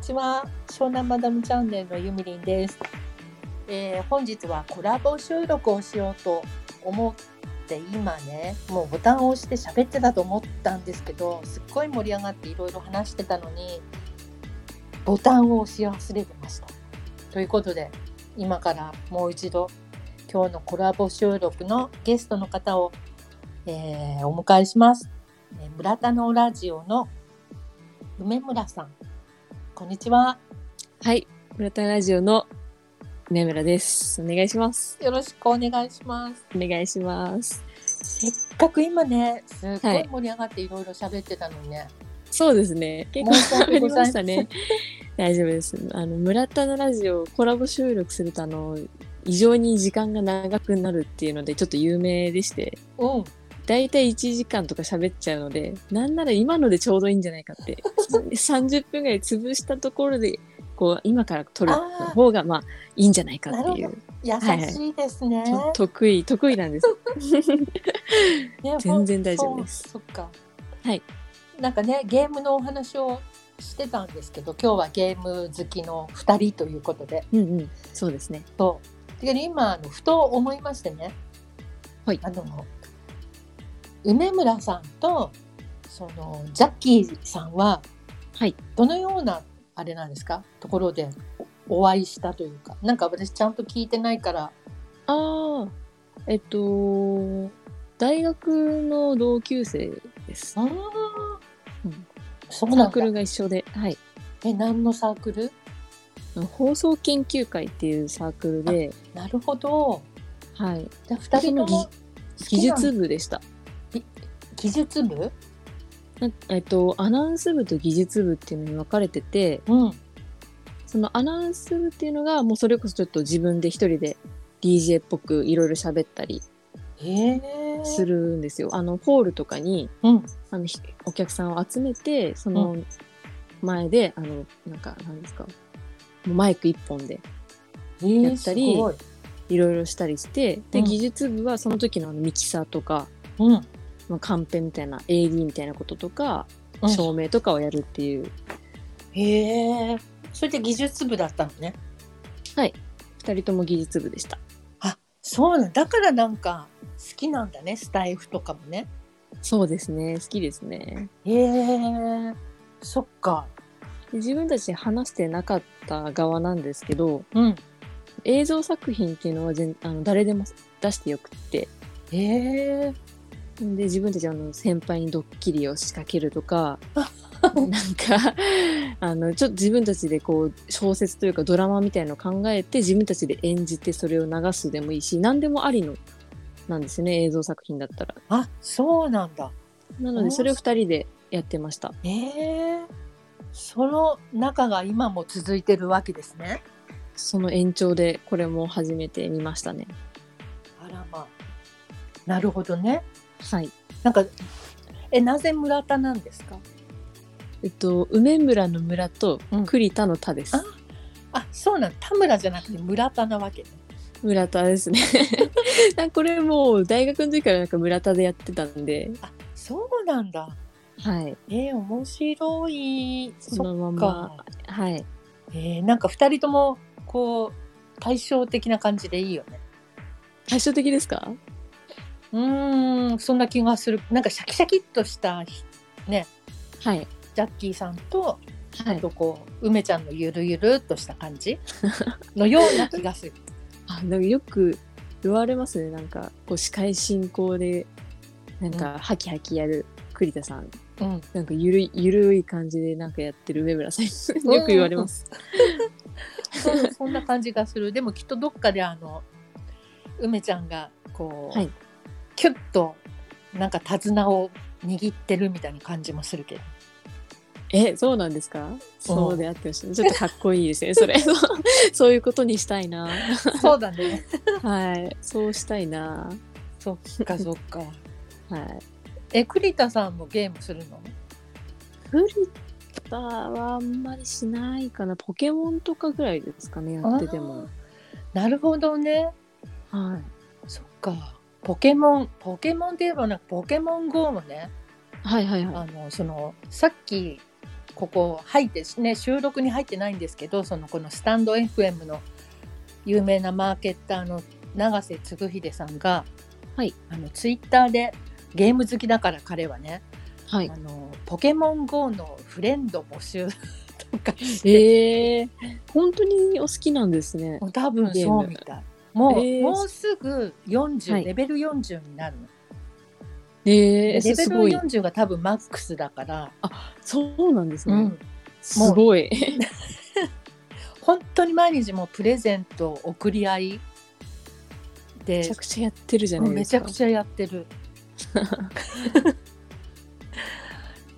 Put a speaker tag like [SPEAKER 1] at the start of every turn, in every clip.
[SPEAKER 1] ちは湘南マダムチャンネルのゆみりんです、えー本日はコラボ収録をしようと思って今ねもうボタンを押して喋ってたと思ったんですけどすっごい盛り上がっていろいろ話してたのにボタンを押し忘れてましたということで今からもう一度今日のコラボ収録のゲストの方を、えーお迎えします、えー村田のラジオの梅村さんこんにちは。
[SPEAKER 2] はい、村田ラジオの梅村です。お願いします。
[SPEAKER 1] よろしくお願いします。
[SPEAKER 2] お願いします。
[SPEAKER 1] せっかく今ね、すっご
[SPEAKER 2] はいい
[SPEAKER 1] 盛り上がっていろいろ喋ってたのにね。
[SPEAKER 2] そうですね。結
[SPEAKER 1] 申し
[SPEAKER 2] 構あ
[SPEAKER 1] 訳
[SPEAKER 2] り
[SPEAKER 1] ございま
[SPEAKER 2] ま
[SPEAKER 1] せん
[SPEAKER 2] したね。 大丈夫です。あの村田のラジオコラボ収録するとあの異常に時間が長くなるっていうのでちょっと有名でして、
[SPEAKER 1] うん。
[SPEAKER 2] だいたい1時間とか喋っちゃうので、なんなら今のでちょうどいいんじゃないかって、30分ぐらい潰したところで。こう今から撮る方がまあいいんじゃないかってい
[SPEAKER 1] なる
[SPEAKER 2] う
[SPEAKER 1] 優しいですね。
[SPEAKER 2] ちょ得意得意なんです
[SPEAKER 1] ね
[SPEAKER 2] 全然大丈夫です
[SPEAKER 1] そうそっか。
[SPEAKER 2] はい。
[SPEAKER 1] なんかね、ゲームのお話をしてたんですけど、今日はゲーム好きの二人ということで。
[SPEAKER 2] うんうん、そうですね。
[SPEAKER 1] そう。で今あのふと思いましてね。
[SPEAKER 2] はい
[SPEAKER 1] あの梅村さんとそのジャッキーさんは
[SPEAKER 2] はい。
[SPEAKER 1] どのようなあれなんですかところでおお会いしたというかなんか私ちゃんと聞いてないから
[SPEAKER 2] ああ、えっと、大学の同級生です。
[SPEAKER 1] あー
[SPEAKER 2] うん
[SPEAKER 1] そう
[SPEAKER 2] サ
[SPEAKER 1] な
[SPEAKER 2] ー
[SPEAKER 1] ん
[SPEAKER 2] クル
[SPEAKER 1] だ
[SPEAKER 2] が一緒で、はい。
[SPEAKER 1] え何のサークル
[SPEAKER 2] 放送研究会っていうサークルで、
[SPEAKER 1] なるほど
[SPEAKER 2] はい。
[SPEAKER 1] じゃあ2人とも
[SPEAKER 2] 技
[SPEAKER 1] 好きな
[SPEAKER 2] 術
[SPEAKER 1] の
[SPEAKER 2] 部でした。
[SPEAKER 1] 技術部
[SPEAKER 2] なえっと、アナウンス部と技術部っていうのに分かれてて、
[SPEAKER 1] うん
[SPEAKER 2] そのアナウンス部っていうのが、もうそれこそちょっと自分で一人で DJ っぽくいろいろ喋ったり
[SPEAKER 1] へえ
[SPEAKER 2] するんですよ。あの、ホールとかに、
[SPEAKER 1] うん
[SPEAKER 2] あのひお客さんを集めてその前で、あのなんかなんですかもうマイク一本で
[SPEAKER 1] えー
[SPEAKER 2] やったり
[SPEAKER 1] すごい
[SPEAKER 2] いろいろしたりしてで、
[SPEAKER 1] うん
[SPEAKER 2] 技術部はその時のあのミキサーとか、
[SPEAKER 1] うんうん
[SPEAKER 2] まあ、カンペみたいな AD みたいなこととか、照明とかをやるっていう
[SPEAKER 1] へえそれで技術部だったのね
[SPEAKER 2] 2人とも技術部でした
[SPEAKER 1] あそうなんだからなんか好きなんだねスタイフとかもね
[SPEAKER 2] そうですね好きですね
[SPEAKER 1] へえそっか
[SPEAKER 2] で自分たちで話してなかった側なんですけど
[SPEAKER 1] うん
[SPEAKER 2] 映像作品っていうのは全あの誰でも出してよくって
[SPEAKER 1] へえ
[SPEAKER 2] で自分たちはあの先輩にドッキリを仕掛けるとか
[SPEAKER 1] うん
[SPEAKER 2] なんかあのちょっと自分たちでこう小説というかドラマみたいのを考えて自分たちで演じてそれを流すでもいいし何でもありのなんですよね映像作品だったら。
[SPEAKER 1] あそうなんだ
[SPEAKER 2] なの
[SPEAKER 1] おー
[SPEAKER 2] でそれを2人でやってました。
[SPEAKER 1] へえその中が今も続いてるわけですね
[SPEAKER 2] その延長でこれも初めて見ましたね。
[SPEAKER 1] あらまあなるほどね
[SPEAKER 2] はい。
[SPEAKER 1] なんかえなぜ村田なんですか
[SPEAKER 2] えっと梅村の村と
[SPEAKER 1] うん
[SPEAKER 2] 栗田の田です。
[SPEAKER 1] ああそうなん田村じゃなくて村田なわけね
[SPEAKER 2] 村田ですね。 なんかこれもう大学の時からなんか村田でやってたんで。
[SPEAKER 1] あそうなんだ
[SPEAKER 2] はい。
[SPEAKER 1] えー、面白い
[SPEAKER 2] そのま
[SPEAKER 1] っ
[SPEAKER 2] ん
[SPEAKER 1] か
[SPEAKER 2] ま。はい。
[SPEAKER 1] えー、なんか二人ともこう対照的な感じでいいよね
[SPEAKER 2] 対照的ですか
[SPEAKER 1] うーんそんな気がするなんかシャキシャキっとしたひね
[SPEAKER 2] はい。
[SPEAKER 1] ジャッキーさんと
[SPEAKER 2] は
[SPEAKER 1] あ
[SPEAKER 2] い。
[SPEAKER 1] とこう梅ちゃんのゆるゆるっとした感 じのような気がする
[SPEAKER 2] あ、なんかよく言われますね。なんか、こう司会進行で、なんか、ハキハキやる栗田さん。
[SPEAKER 1] うん
[SPEAKER 2] なんか、ゆるい、ゆるい感じでなんかやってる上村さん。よく言われます。
[SPEAKER 1] そうそんな感じがするでもきっとどっかであの梅ちゃんがこう、
[SPEAKER 2] はい
[SPEAKER 1] キュッとなんか手綱を握ってるみたいな感じもするけど
[SPEAKER 2] え、そうなんですかそうであってほしい。ちょっとかっこいいですね、 それ。そうそういうことにしたいな。
[SPEAKER 1] そうだね
[SPEAKER 2] はい。そうしたいな。
[SPEAKER 1] そっかそっか
[SPEAKER 2] はい。
[SPEAKER 1] え栗田さんもゲームするの
[SPEAKER 2] 栗田はあんまりしないかな。ポケモンとかぐらいですかね、やってても。
[SPEAKER 1] なるほどね
[SPEAKER 2] はい。
[SPEAKER 1] そっかポケモンポケモンって言えばなんかポケモン GO もね
[SPEAKER 2] はいはいはい。
[SPEAKER 1] あのそのさっきここ入ってね収録に入ってないんですけどそのこのスタンド FM の有名なマーケッターの永瀬嗣秀さんが、
[SPEAKER 2] はい、
[SPEAKER 1] あのツイッターでゲーム好きだから彼はね、
[SPEAKER 2] はい
[SPEAKER 1] あ。のポケモン GO のフレンド募集とかして、
[SPEAKER 2] ええ本当にお好きなんですね。
[SPEAKER 1] もう多分そうみたいもう,、
[SPEAKER 2] えー
[SPEAKER 1] もうすぐ40、
[SPEAKER 2] はい
[SPEAKER 1] レベル40になるの
[SPEAKER 2] え
[SPEAKER 1] でレ
[SPEAKER 2] え
[SPEAKER 1] ベ
[SPEAKER 2] す
[SPEAKER 1] ル
[SPEAKER 2] ごい。
[SPEAKER 1] 40が多分マックスだから、
[SPEAKER 2] そうなんですね。
[SPEAKER 1] うん
[SPEAKER 2] すごい。
[SPEAKER 1] 本当に毎日もうプレゼント贈り合いで
[SPEAKER 2] めちゃくちゃやってるじゃないで
[SPEAKER 1] め
[SPEAKER 2] す
[SPEAKER 1] ち
[SPEAKER 2] か。
[SPEAKER 1] ゃくちゃやってる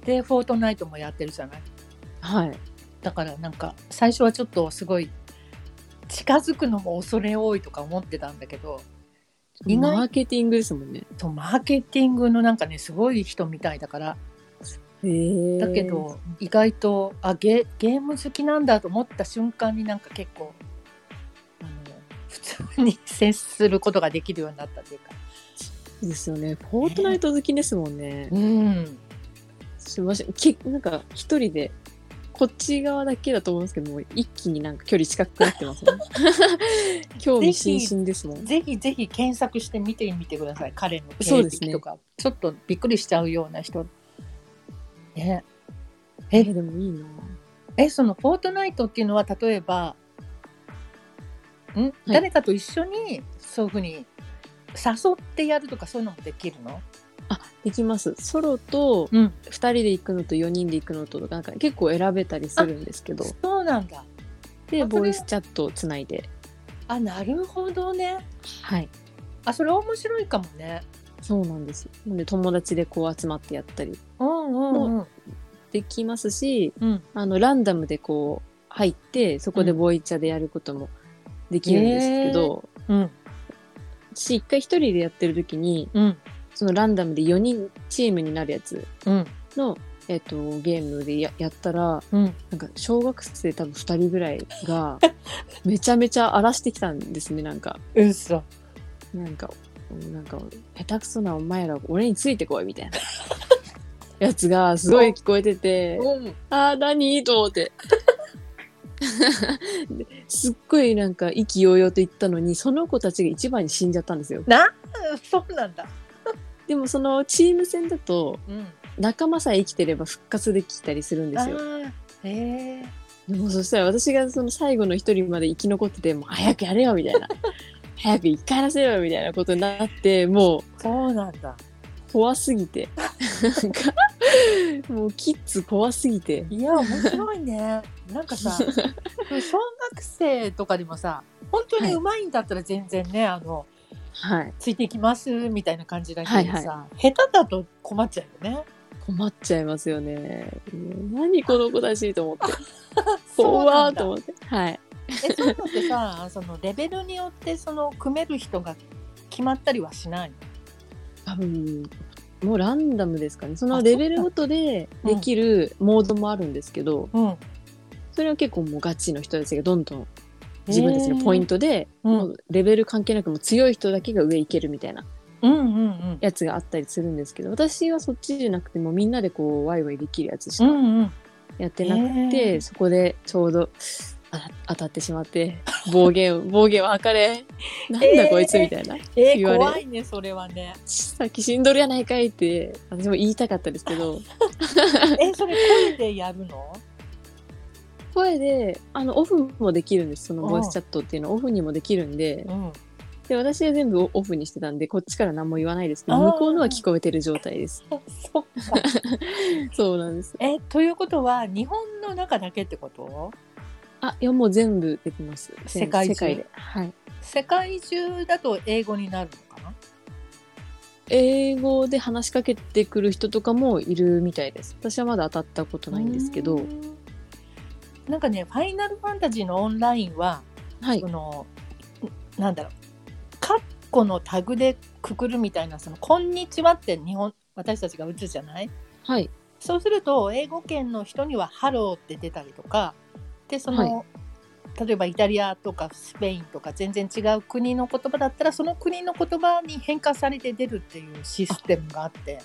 [SPEAKER 1] でフォートナイトもやってるじゃない
[SPEAKER 2] はい。
[SPEAKER 1] だからなんか最初はちょっとすごい近づくのも恐れ多いとか思ってたんだけど意外
[SPEAKER 2] マーケティングですもんね。
[SPEAKER 1] とマーケティングのなんかねすごい人みたいだから
[SPEAKER 2] ええ
[SPEAKER 1] だけど意外とあゲゲーム好きなんだと思った瞬間になんか結構あの普通に接することができるようになったというか
[SPEAKER 2] ですよね。フォートナイト好きですもんね。
[SPEAKER 1] うん
[SPEAKER 2] すみません。きなんか一人でこっち側だけだと思うんですけども、一気になんか距離近くなってますね。 興味津々ですもん。
[SPEAKER 1] ぜひぜひ検索して見てみてください彼の
[SPEAKER 2] そう
[SPEAKER 1] 経
[SPEAKER 2] ですね
[SPEAKER 1] 歴とか、ちょっとびっくりしちゃうような人ね
[SPEAKER 2] え
[SPEAKER 1] え
[SPEAKER 2] でもいいな。
[SPEAKER 1] えその「フォートナイト」っていうのは例えばん、誰かと一緒にそういうふうに誘ってやるとかそういうのもできるの、
[SPEAKER 2] あ、できます。ソロと
[SPEAKER 1] うん、
[SPEAKER 2] 二人で行くのと四人で行くのとなんか結構選べたりするんですけど、
[SPEAKER 1] そうなんだ
[SPEAKER 2] で
[SPEAKER 1] あそれ
[SPEAKER 2] ボイスチャットをつないで、
[SPEAKER 1] あなるほどね
[SPEAKER 2] はい。
[SPEAKER 1] あそれ面白いかもね
[SPEAKER 2] そうなんです。なんで友達でこう集まってやったり
[SPEAKER 1] うんうんうん
[SPEAKER 2] できますし、
[SPEAKER 1] うん
[SPEAKER 2] あのランダムでこう入ってそこでボイチャでやることもできるんですけど、
[SPEAKER 1] うん
[SPEAKER 2] 私一回一人でやってる時に
[SPEAKER 1] うん
[SPEAKER 2] そのランダムで4人チームになるやつ
[SPEAKER 1] うん
[SPEAKER 2] の、えっとゲームでややったら
[SPEAKER 1] うん
[SPEAKER 2] なんか小学生多分2人ぐらいがめちゃめちゃ荒らしてきたんですねなんか
[SPEAKER 1] うそ
[SPEAKER 2] なんかなんか下手くそなお前ら俺についてこいみた いなやつがすごい聞こえてて。
[SPEAKER 1] うん
[SPEAKER 2] あー何と思って ですっごいなんか意気揚々と言ったのにその子たちが一番に死んじゃったんですよ
[SPEAKER 1] なそうなんだ
[SPEAKER 2] でもそのチーム戦だと
[SPEAKER 1] うん
[SPEAKER 2] 仲間さえ生きてれば復活できたりするんで
[SPEAKER 1] あ
[SPEAKER 2] すよ
[SPEAKER 1] ーへえ
[SPEAKER 2] でもそしたら私がその最後の一人まで生き残っててもう早くやれよみたいな早く生き返らせろよみたいなことになっても
[SPEAKER 1] そうなんだ
[SPEAKER 2] う怖すぎてなんかもうキッズ怖すぎて
[SPEAKER 1] いや面白い ねなんかさでも小学生とかでもさ本当にうまいんだったら全然ね、あの
[SPEAKER 2] はい
[SPEAKER 1] ついていきますみたいな感じだけどさ、
[SPEAKER 2] はい
[SPEAKER 1] 下手だと困っちゃうよね
[SPEAKER 2] 困っちゃいますよね何この子たちと思って
[SPEAKER 1] そう
[SPEAKER 2] 怖
[SPEAKER 1] な
[SPEAKER 2] ー
[SPEAKER 1] ん
[SPEAKER 2] と
[SPEAKER 1] だ
[SPEAKER 2] 思って。はい。
[SPEAKER 1] えそういうのってさそのレベルによってその組める人が決まったりはしないの
[SPEAKER 2] 多分、もうランダムですかね。そのレベルごとで
[SPEAKER 1] あそっ
[SPEAKER 2] で
[SPEAKER 1] か
[SPEAKER 2] きるモードもあるんですけど、
[SPEAKER 1] うん、
[SPEAKER 2] それは結構もうガチの人たちがどんどん自分たちのポイントで、
[SPEAKER 1] うん
[SPEAKER 2] もうレベル関係なくもう強い人だけが上行けるみたいな
[SPEAKER 1] うんうんうん
[SPEAKER 2] やつがあったりするんですけど、私はそっちじゃなくてもうみんなでこうワイワイできるやつし
[SPEAKER 1] う
[SPEAKER 2] か
[SPEAKER 1] んうん
[SPEAKER 2] やってなくて、
[SPEAKER 1] へー
[SPEAKER 2] そこでちょうどあ当たってしまって、暴言を、暴言を吐かれ、なんだこいつみたいな。
[SPEAKER 1] え
[SPEAKER 2] 言われ
[SPEAKER 1] 怖いねそれはね
[SPEAKER 2] さっき死んどるやないかいって私も言いたかったです けど
[SPEAKER 1] えそれ声でやる の
[SPEAKER 2] 声であのオフもできるんですそのボイスチャットっていうのはオフにもできるんで
[SPEAKER 1] うん
[SPEAKER 2] で私は全部オフにしてたんでこっちから何も言わないですけど
[SPEAKER 1] あー
[SPEAKER 2] 向こうのは聞こえてる状態です
[SPEAKER 1] そっか
[SPEAKER 2] そうなんです
[SPEAKER 1] えということは日本の中だけってこと
[SPEAKER 2] あいやもう全部できます全
[SPEAKER 1] 世界中
[SPEAKER 2] 世界ではい
[SPEAKER 1] 世界中だと英語になるのかな
[SPEAKER 2] 英語で話しかけてくる人とかもいるみたいです私はまだ当たったことないんですけ
[SPEAKER 1] う
[SPEAKER 2] ど
[SPEAKER 1] ーんなんかね「ファイナルファンタジー」のオンラインは、
[SPEAKER 2] はい
[SPEAKER 1] このなんだろうカッコのタグでくくるみたいな「そのこんにちは」って日本私たちが打つじゃない
[SPEAKER 2] はい
[SPEAKER 1] そうすると英語圏の人には「ハロー」って出たりとかでその、例えばイタリアとかスペインとか全然違う国の言葉だったらその国の言葉に変換されて出るっていうシステムがあって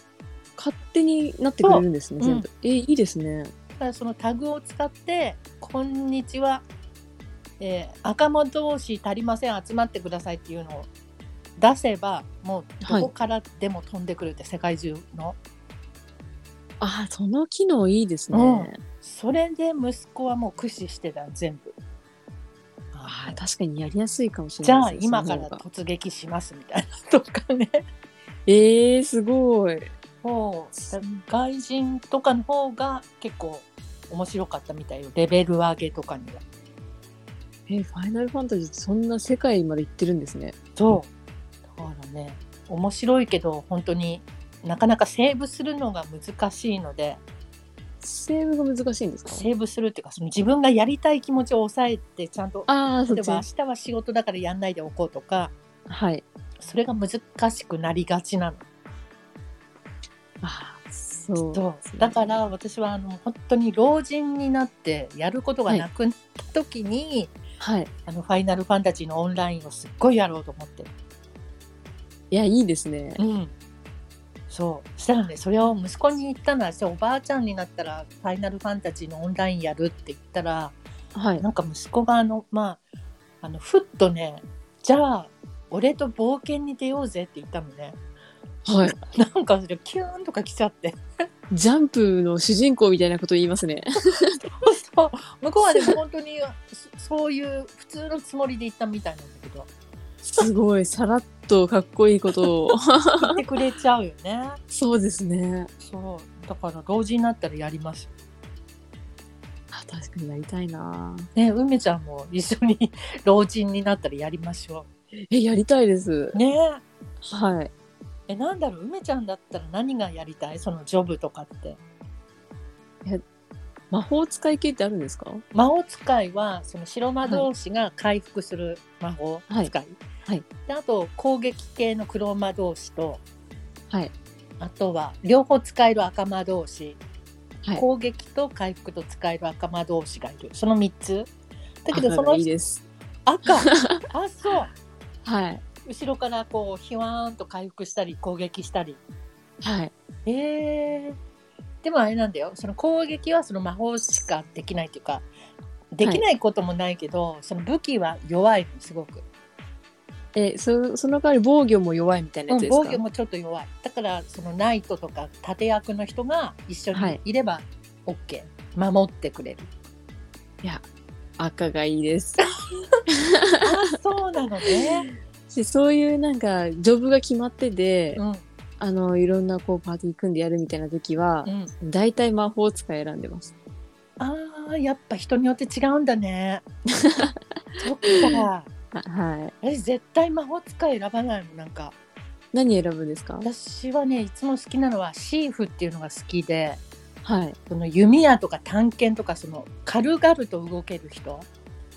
[SPEAKER 2] 勝手になってくれるんですね
[SPEAKER 1] そう
[SPEAKER 2] 全部、えいいですね
[SPEAKER 1] からそのタグを使って「こんにちは」えー赤間同士足りません集まってください」っていうのを出せばもうどこからでも飛んでくるって、世界中の
[SPEAKER 2] あーその機能いいですね。
[SPEAKER 1] うんそれで息子はもう駆使してた全部
[SPEAKER 2] ああ確かにやりやすいかもしれ
[SPEAKER 1] じゃ
[SPEAKER 2] な
[SPEAKER 1] あ
[SPEAKER 2] いですね。
[SPEAKER 1] 今から
[SPEAKER 2] その方が
[SPEAKER 1] 突撃しますみたいなとか ね
[SPEAKER 2] ええー、すごい。
[SPEAKER 1] もう外人とかの方が結構面白かったみたいよレベル上げとかには
[SPEAKER 2] えー、ファイナルファンタジーってそんな世界まで行ってるんですね。
[SPEAKER 1] そうだからね面白いけど本当になかなかセーブするのが難しいので
[SPEAKER 2] セーブが難しいんですか
[SPEAKER 1] セーブするっていうかその自分がやりたい気持ちを抑えてちゃんと
[SPEAKER 2] ああ、そっ
[SPEAKER 1] 例え
[SPEAKER 2] ち
[SPEAKER 1] ば明。日は仕事だからやんないでおこうとか
[SPEAKER 2] はい。
[SPEAKER 1] それが難しくなりがちなの
[SPEAKER 2] ああ、そう
[SPEAKER 1] そう
[SPEAKER 2] ですね
[SPEAKER 1] だから私はあの本当に老人になってやることがなくなった時に、
[SPEAKER 2] はい。
[SPEAKER 1] あのファイナルファンタジーのオンラインをすっごいやろうと思ってる
[SPEAKER 2] いや、いいですね。
[SPEAKER 1] うん、そうそしたらねそれを息子に言ったのはおばあちゃんになったら「ファイナルファンタジーのオンラインやる」って言ったら
[SPEAKER 2] はい。
[SPEAKER 1] なんか息子があのまああのふっとね「じゃあ俺と冒険に出ようぜ」って言ったのね
[SPEAKER 2] はい。
[SPEAKER 1] なんかそれキューンとか来ちゃって
[SPEAKER 2] ジャンプの主人公みたいなこと言います ね。
[SPEAKER 1] そう向こうはでも本当にそそういう普通のつもりで言ったみたいなんだけど
[SPEAKER 2] すごい、さらっとかっこいいことを。
[SPEAKER 1] 言ってくれちゃうよね
[SPEAKER 2] そうですね。
[SPEAKER 1] そうだから老人になったらやります
[SPEAKER 2] あ確かにやりたいな。
[SPEAKER 1] ね梅ちゃんも一緒に 老人になったらやりましょ
[SPEAKER 2] え、やりたいです
[SPEAKER 1] う。ねえ
[SPEAKER 2] はい。
[SPEAKER 1] えなんだろう梅ちゃんだったら何がやりたいそのジョブとかって
[SPEAKER 2] 魔法使い系ってあるんですか
[SPEAKER 1] 魔法使いはその白魔同士が回復する魔法使い、
[SPEAKER 2] はいはい
[SPEAKER 1] であと攻撃系の黒魔同士と
[SPEAKER 2] はい。
[SPEAKER 1] あとは両方使える赤魔同士、
[SPEAKER 2] はい。
[SPEAKER 1] 攻撃と回復と使える赤魔同士がいるその3つだけど
[SPEAKER 2] あ
[SPEAKER 1] その
[SPEAKER 2] いいです。
[SPEAKER 1] 赤あそう
[SPEAKER 2] はい。
[SPEAKER 1] 後ろからこうひわーんと回復したり攻撃したり
[SPEAKER 2] はい。
[SPEAKER 1] えー、でもあれなんだよその攻撃はその魔法しかできないというかできないこともないけど、その武器は弱いのすごく、
[SPEAKER 2] え、そその代わり防御も弱いみたいなやつですか、
[SPEAKER 1] 防御もちょっと弱いだからそのナイトとか盾役の人が一緒
[SPEAKER 2] は
[SPEAKER 1] に
[SPEAKER 2] い
[SPEAKER 1] いれば OK、守ってくれる
[SPEAKER 2] 赤がいいです。
[SPEAKER 1] あそうなのね、
[SPEAKER 2] しそういうなんかジョブが決まってて、
[SPEAKER 1] うん
[SPEAKER 2] あのいろんなこうパーティー組んでやるみたいな時は
[SPEAKER 1] う、ん、
[SPEAKER 2] 大体魔法使い選んでます。
[SPEAKER 1] あーやっぱ人によって違うんだねそっか
[SPEAKER 2] あはい。
[SPEAKER 1] 私絶対魔法使い選ばないもんなんか
[SPEAKER 2] 何選ぶんですか
[SPEAKER 1] 私はねいつも好きなのはシーフっていうのが好きで
[SPEAKER 2] はい。
[SPEAKER 1] その弓矢とか探検とかその軽々と動ける人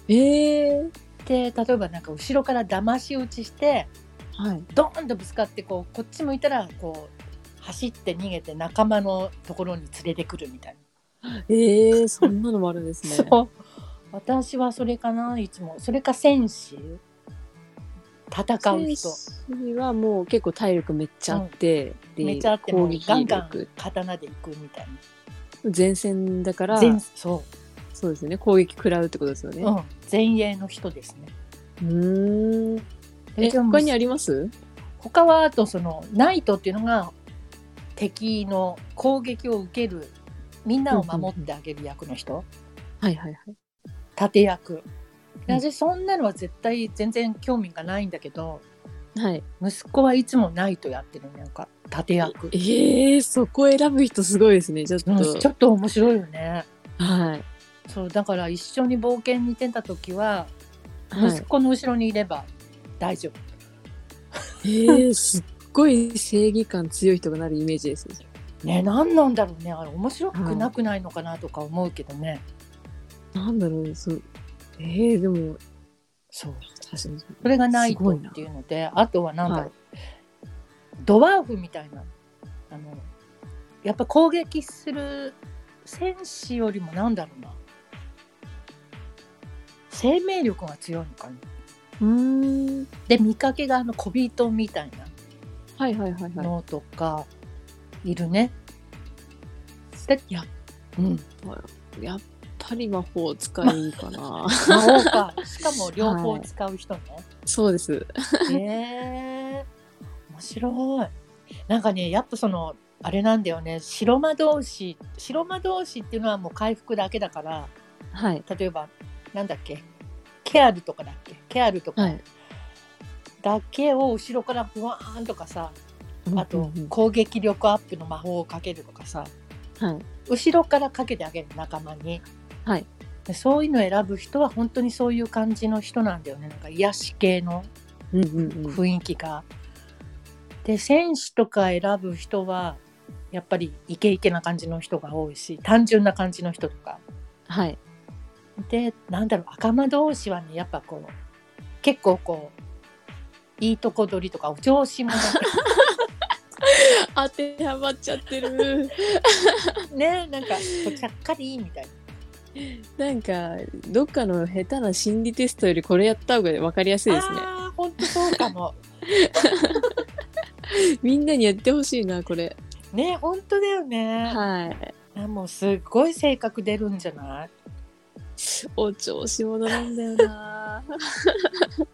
[SPEAKER 2] ええ
[SPEAKER 1] で例えばなんか後ろから騙し討ちして
[SPEAKER 2] はい。
[SPEAKER 1] ドーンとぶつかってこうこっち向いたらこう走って逃げて仲間のところに連れてくるみたい
[SPEAKER 2] ええそんなのもあるんです
[SPEAKER 1] な、
[SPEAKER 2] ね。
[SPEAKER 1] そう私はそれかないつもそれか戦士戦う人
[SPEAKER 2] 戦士はもう結構体力めっちゃあって、で
[SPEAKER 1] めっちゃあって
[SPEAKER 2] 攻
[SPEAKER 1] も
[SPEAKER 2] 撃
[SPEAKER 1] ガンガン
[SPEAKER 2] 力
[SPEAKER 1] 刀で行くみたい
[SPEAKER 2] 前線だから
[SPEAKER 1] な全そ
[SPEAKER 2] そうですよね攻撃食らうってことですよ
[SPEAKER 1] う、
[SPEAKER 2] ね。
[SPEAKER 1] うん、前衛の人ですね
[SPEAKER 2] うーん。え
[SPEAKER 1] でも
[SPEAKER 2] 他にあります？
[SPEAKER 1] 他はあとそのナイトっていうのが敵の攻撃を受けるみんなを守ってあげる役の人、
[SPEAKER 2] はいはいはい。
[SPEAKER 1] 盾役で
[SPEAKER 2] うん
[SPEAKER 1] 私そんなのは絶対全然興味がないんだけど
[SPEAKER 2] はい。
[SPEAKER 1] 息子はいつもナイトやってるなんか盾役うん
[SPEAKER 2] ええそこ選ぶ人すごいですね。ちょっと。
[SPEAKER 1] ちょっと面白いよね
[SPEAKER 2] はい。
[SPEAKER 1] そうだから一緒に冒険に出た時は
[SPEAKER 2] は
[SPEAKER 1] 息子の後ろにいれば大丈夫、
[SPEAKER 2] い。ええすっごい正義感強い人がなるイメージです。
[SPEAKER 1] ね何なんだろうねあれ面白くなくないのかなとか思うけどね、
[SPEAKER 2] なんだろう、そう。ええでも、
[SPEAKER 1] そう
[SPEAKER 2] 確かに。
[SPEAKER 1] それがない
[SPEAKER 2] すご
[SPEAKER 1] とっ
[SPEAKER 2] いな
[SPEAKER 1] ていうのであとはなんだろう、
[SPEAKER 2] はい
[SPEAKER 1] ドワーフみたいなあのやっぱ攻撃する戦士よりもなんだろうな生命力が強いのかな
[SPEAKER 2] うーん。
[SPEAKER 1] で見かけがあの小人みたい
[SPEAKER 2] はいはいはい
[SPEAKER 1] な
[SPEAKER 2] は
[SPEAKER 1] のとかいるね。で
[SPEAKER 2] い。や、うん、やっぱり魔法使いかな
[SPEAKER 1] 魔法か。しかも両方使う人ね。
[SPEAKER 2] そうです
[SPEAKER 1] へえ面白い。なんかねやっぱそのあれなんだよね白魔同士白魔同士っていうのはもう回復だけだから
[SPEAKER 2] はい
[SPEAKER 1] 例えばなんだっけケアルとかだっけケアルとか
[SPEAKER 2] はい
[SPEAKER 1] だけを後ろからふわーんとかさ、あ
[SPEAKER 2] うん
[SPEAKER 1] と
[SPEAKER 2] うんうん
[SPEAKER 1] 攻撃力アップの魔法をかけるとかさ
[SPEAKER 2] はい
[SPEAKER 1] 後ろからかけてあげる仲間に。
[SPEAKER 2] はい
[SPEAKER 1] でそういうのを選ぶ人は本当にそういう感じの人なんだよねなんか癒し系の
[SPEAKER 2] うんうんうん
[SPEAKER 1] 雰囲気が。で選手とか選ぶ人はやっぱりイケイケな感じの人が多いし単純な感じの人とか。
[SPEAKER 2] はい
[SPEAKER 1] でなんだろう赤間同士はねやっぱこう結構こういいとこ取りとかお調子者
[SPEAKER 2] 当てはまっちゃってる
[SPEAKER 1] ねなんかこうちゃっかりいいみたいな。
[SPEAKER 2] なんかどっかの下手な心理テストよりこれやった方が分かりやすいですね
[SPEAKER 1] ああ本当そうかも。
[SPEAKER 2] みんなにやってほしいなこれ
[SPEAKER 1] ね本当だよね。
[SPEAKER 2] はい
[SPEAKER 1] あもうすっごい性格出るんじゃない
[SPEAKER 2] お調子者なんだよな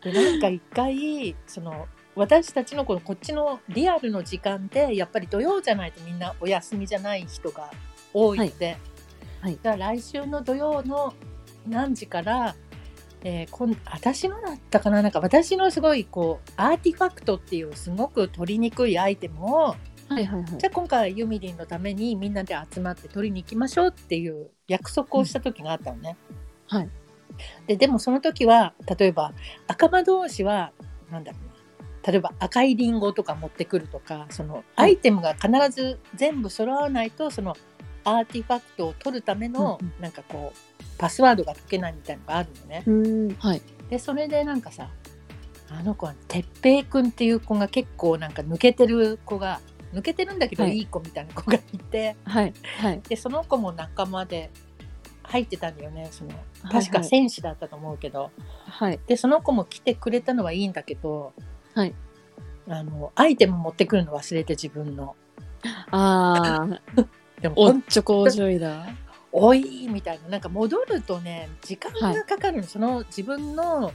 [SPEAKER 1] でなんか一回その私たちのこのこっちのリアルの時間でやっぱり土曜じゃないとみんなお休みじゃない人が多いので、
[SPEAKER 2] はいはい
[SPEAKER 1] じゃあ来週の土曜の何時から、えーこん私のだったかななんか私のすごいこうアーティファクトっていうすごく取りにくいアイテムを
[SPEAKER 2] はいはいはい
[SPEAKER 1] じゃあ今回ユミリンのためにみんなで集まって取りに行きましょうっていう約束をした時があったのね。
[SPEAKER 2] うんはい
[SPEAKER 1] ででもその時は例えば赤間同士はなんだろうな例えば赤いリンゴとか持ってくるとかそのアイテムが必ず全部揃わないとそのアーティファクトを取るための
[SPEAKER 2] うん
[SPEAKER 1] なんかこうパスワードが解けないみたいなのがあるのね。
[SPEAKER 2] うんはい
[SPEAKER 1] でそれでなんかさあの子は哲平くんっていう子が結構なんか抜けてる子が抜けてるんだけど
[SPEAKER 2] はい
[SPEAKER 1] いい子みたいな子がいて、
[SPEAKER 2] はいはい
[SPEAKER 1] でその子も仲間で入ってたんだよねその
[SPEAKER 2] はいはい
[SPEAKER 1] 確か戦士だったと思うけど、
[SPEAKER 2] はい
[SPEAKER 1] でその子も来てくれたのはいいんだけど、
[SPEAKER 2] はい
[SPEAKER 1] あのアイテム持ってくるの忘れて自分の
[SPEAKER 2] ああ
[SPEAKER 1] でも
[SPEAKER 2] お
[SPEAKER 1] ほ
[SPEAKER 2] っ
[SPEAKER 1] ん
[SPEAKER 2] ちょこちょいだ
[SPEAKER 1] おいみたいななんか戻るとね時間がかかるの、その自分の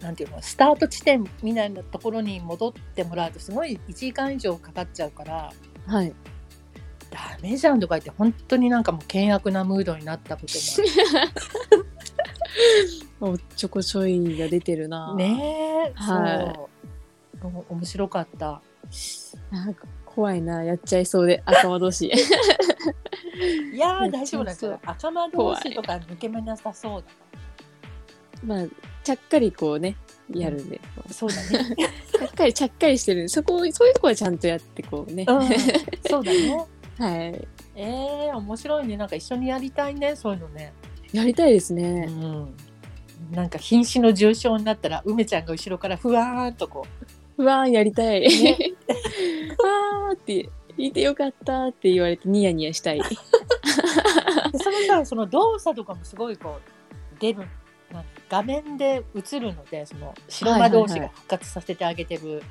[SPEAKER 1] なんていうのスタート地点みたいなところに戻ってもらうとすごい1時間以上かかっちゃうから
[SPEAKER 2] はい
[SPEAKER 1] ダメじゃんとか言って本当になんかもう険悪なムードになったことも
[SPEAKER 2] おっちょこちょいが出てるな
[SPEAKER 1] ねえ、
[SPEAKER 2] はい
[SPEAKER 1] そうお面白かった
[SPEAKER 2] なんか怖いなやっちゃいそう で頭同士
[SPEAKER 1] いや
[SPEAKER 2] め
[SPEAKER 1] ー
[SPEAKER 2] っちゃ
[SPEAKER 1] 大丈夫だ
[SPEAKER 2] そ
[SPEAKER 1] よ
[SPEAKER 2] う
[SPEAKER 1] 赤間同士とか抜け目なさそうだか
[SPEAKER 2] まあちゃっかりこうねやるんで、
[SPEAKER 1] らそうだね、
[SPEAKER 2] ちゃっかりちゃっかりしてるんでそこをそういうとこはちゃんとやってこうね、
[SPEAKER 1] うん、そうだね
[SPEAKER 2] はい
[SPEAKER 1] えー、面白いねなんか一緒にやりたいねそういうのね、
[SPEAKER 2] やりたいです
[SPEAKER 1] う
[SPEAKER 2] ね、
[SPEAKER 1] ん、なんか瀕死の重症になったら梅ちゃんが後ろからふわーんとこ
[SPEAKER 2] うわーやりたい、
[SPEAKER 1] ね
[SPEAKER 2] わーって言ってよかったって言われてニヤニヤしたい
[SPEAKER 1] うでその さその動作とかもすごいこう出るなんか画面で映るのでその白間同士が復活させてあげてる、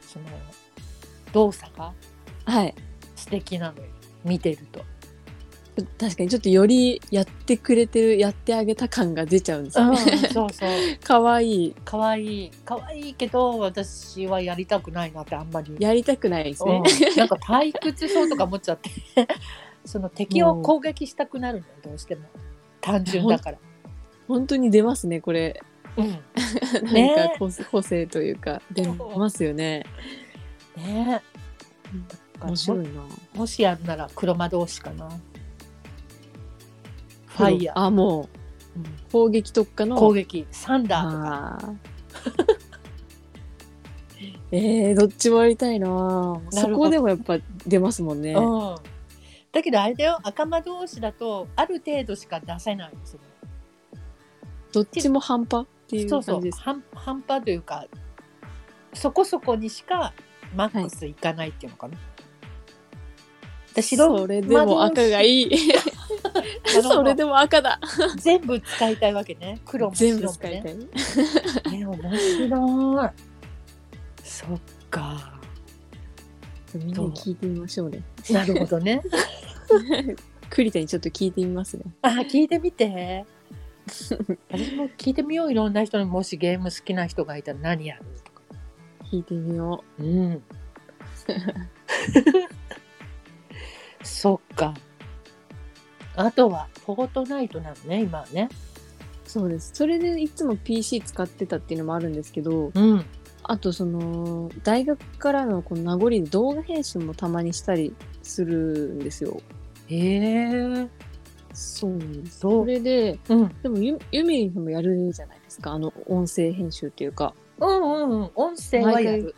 [SPEAKER 1] その動作が
[SPEAKER 2] はい
[SPEAKER 1] 素敵なのよ見てると。
[SPEAKER 2] 確かにちょっとよりやってくれてるやってあげた感が出ちゃうんですよ
[SPEAKER 1] う
[SPEAKER 2] ね
[SPEAKER 1] ん、 そうそう。
[SPEAKER 2] 可愛、いい
[SPEAKER 1] 可愛い可愛いけど私はやりたくないなってあんまり。
[SPEAKER 2] やりたくないですね、
[SPEAKER 1] うん なんか退屈そうとか思っちゃって その敵を攻撃したくなるのよどうしても単純だから。
[SPEAKER 2] 本当に出ますねこれ
[SPEAKER 1] うん、ね
[SPEAKER 2] なんか個個性というか出ますよね。
[SPEAKER 1] ね
[SPEAKER 2] うん
[SPEAKER 1] だから
[SPEAKER 2] 面白いな。
[SPEAKER 1] ももしやるなら黒魔同士かな。ファイヤー、
[SPEAKER 2] あも
[SPEAKER 1] うん
[SPEAKER 2] う攻撃特化の
[SPEAKER 1] 攻撃サンダーとか
[SPEAKER 2] あー えー、どっちもやりたいな。
[SPEAKER 1] な
[SPEAKER 2] そ
[SPEAKER 1] るほど
[SPEAKER 2] こでもやっぱ出ますもんね。
[SPEAKER 1] うん、だけどあれだよ赤間同士だとある程度しか出せないんですよ。
[SPEAKER 2] どっちも半端っていう
[SPEAKER 1] そうそ
[SPEAKER 2] 感
[SPEAKER 1] う
[SPEAKER 2] じです。
[SPEAKER 1] 半半端というかそこそこにしかマックスいかないっていうのかな。で白
[SPEAKER 2] それでも赤がい い。
[SPEAKER 1] なるほど
[SPEAKER 2] それでも赤だ。
[SPEAKER 1] 全部使いたいわけね黒も白も、
[SPEAKER 2] 全部
[SPEAKER 1] ね、
[SPEAKER 2] 使いたい。
[SPEAKER 1] ね面白いそっ か
[SPEAKER 2] みんなに聞いてみましょうね。
[SPEAKER 1] なるほどね
[SPEAKER 2] 考栗田にちょっと聞いてみますね。
[SPEAKER 1] あ聞いてみて私も聞いてみよういろんな人にもしゲーム好きな人がいたら何やるとか
[SPEAKER 2] 聞いてみよ
[SPEAKER 1] うんそっかあとはフォートナイトなのね今はね
[SPEAKER 2] う。そうです。それでいつも PC 使ってたっていうのもあるんですけど、
[SPEAKER 1] うん
[SPEAKER 2] あとその、大学からのこの名残で動画編集もたまにしたりするんですよ。
[SPEAKER 1] へえ
[SPEAKER 2] そうなんです。
[SPEAKER 1] そう
[SPEAKER 2] それで、
[SPEAKER 1] うん
[SPEAKER 2] でもゆ、ゆみりんさんもやるじゃないですか。あの、音声編集っていうか。
[SPEAKER 1] うんうんうん音声はやる、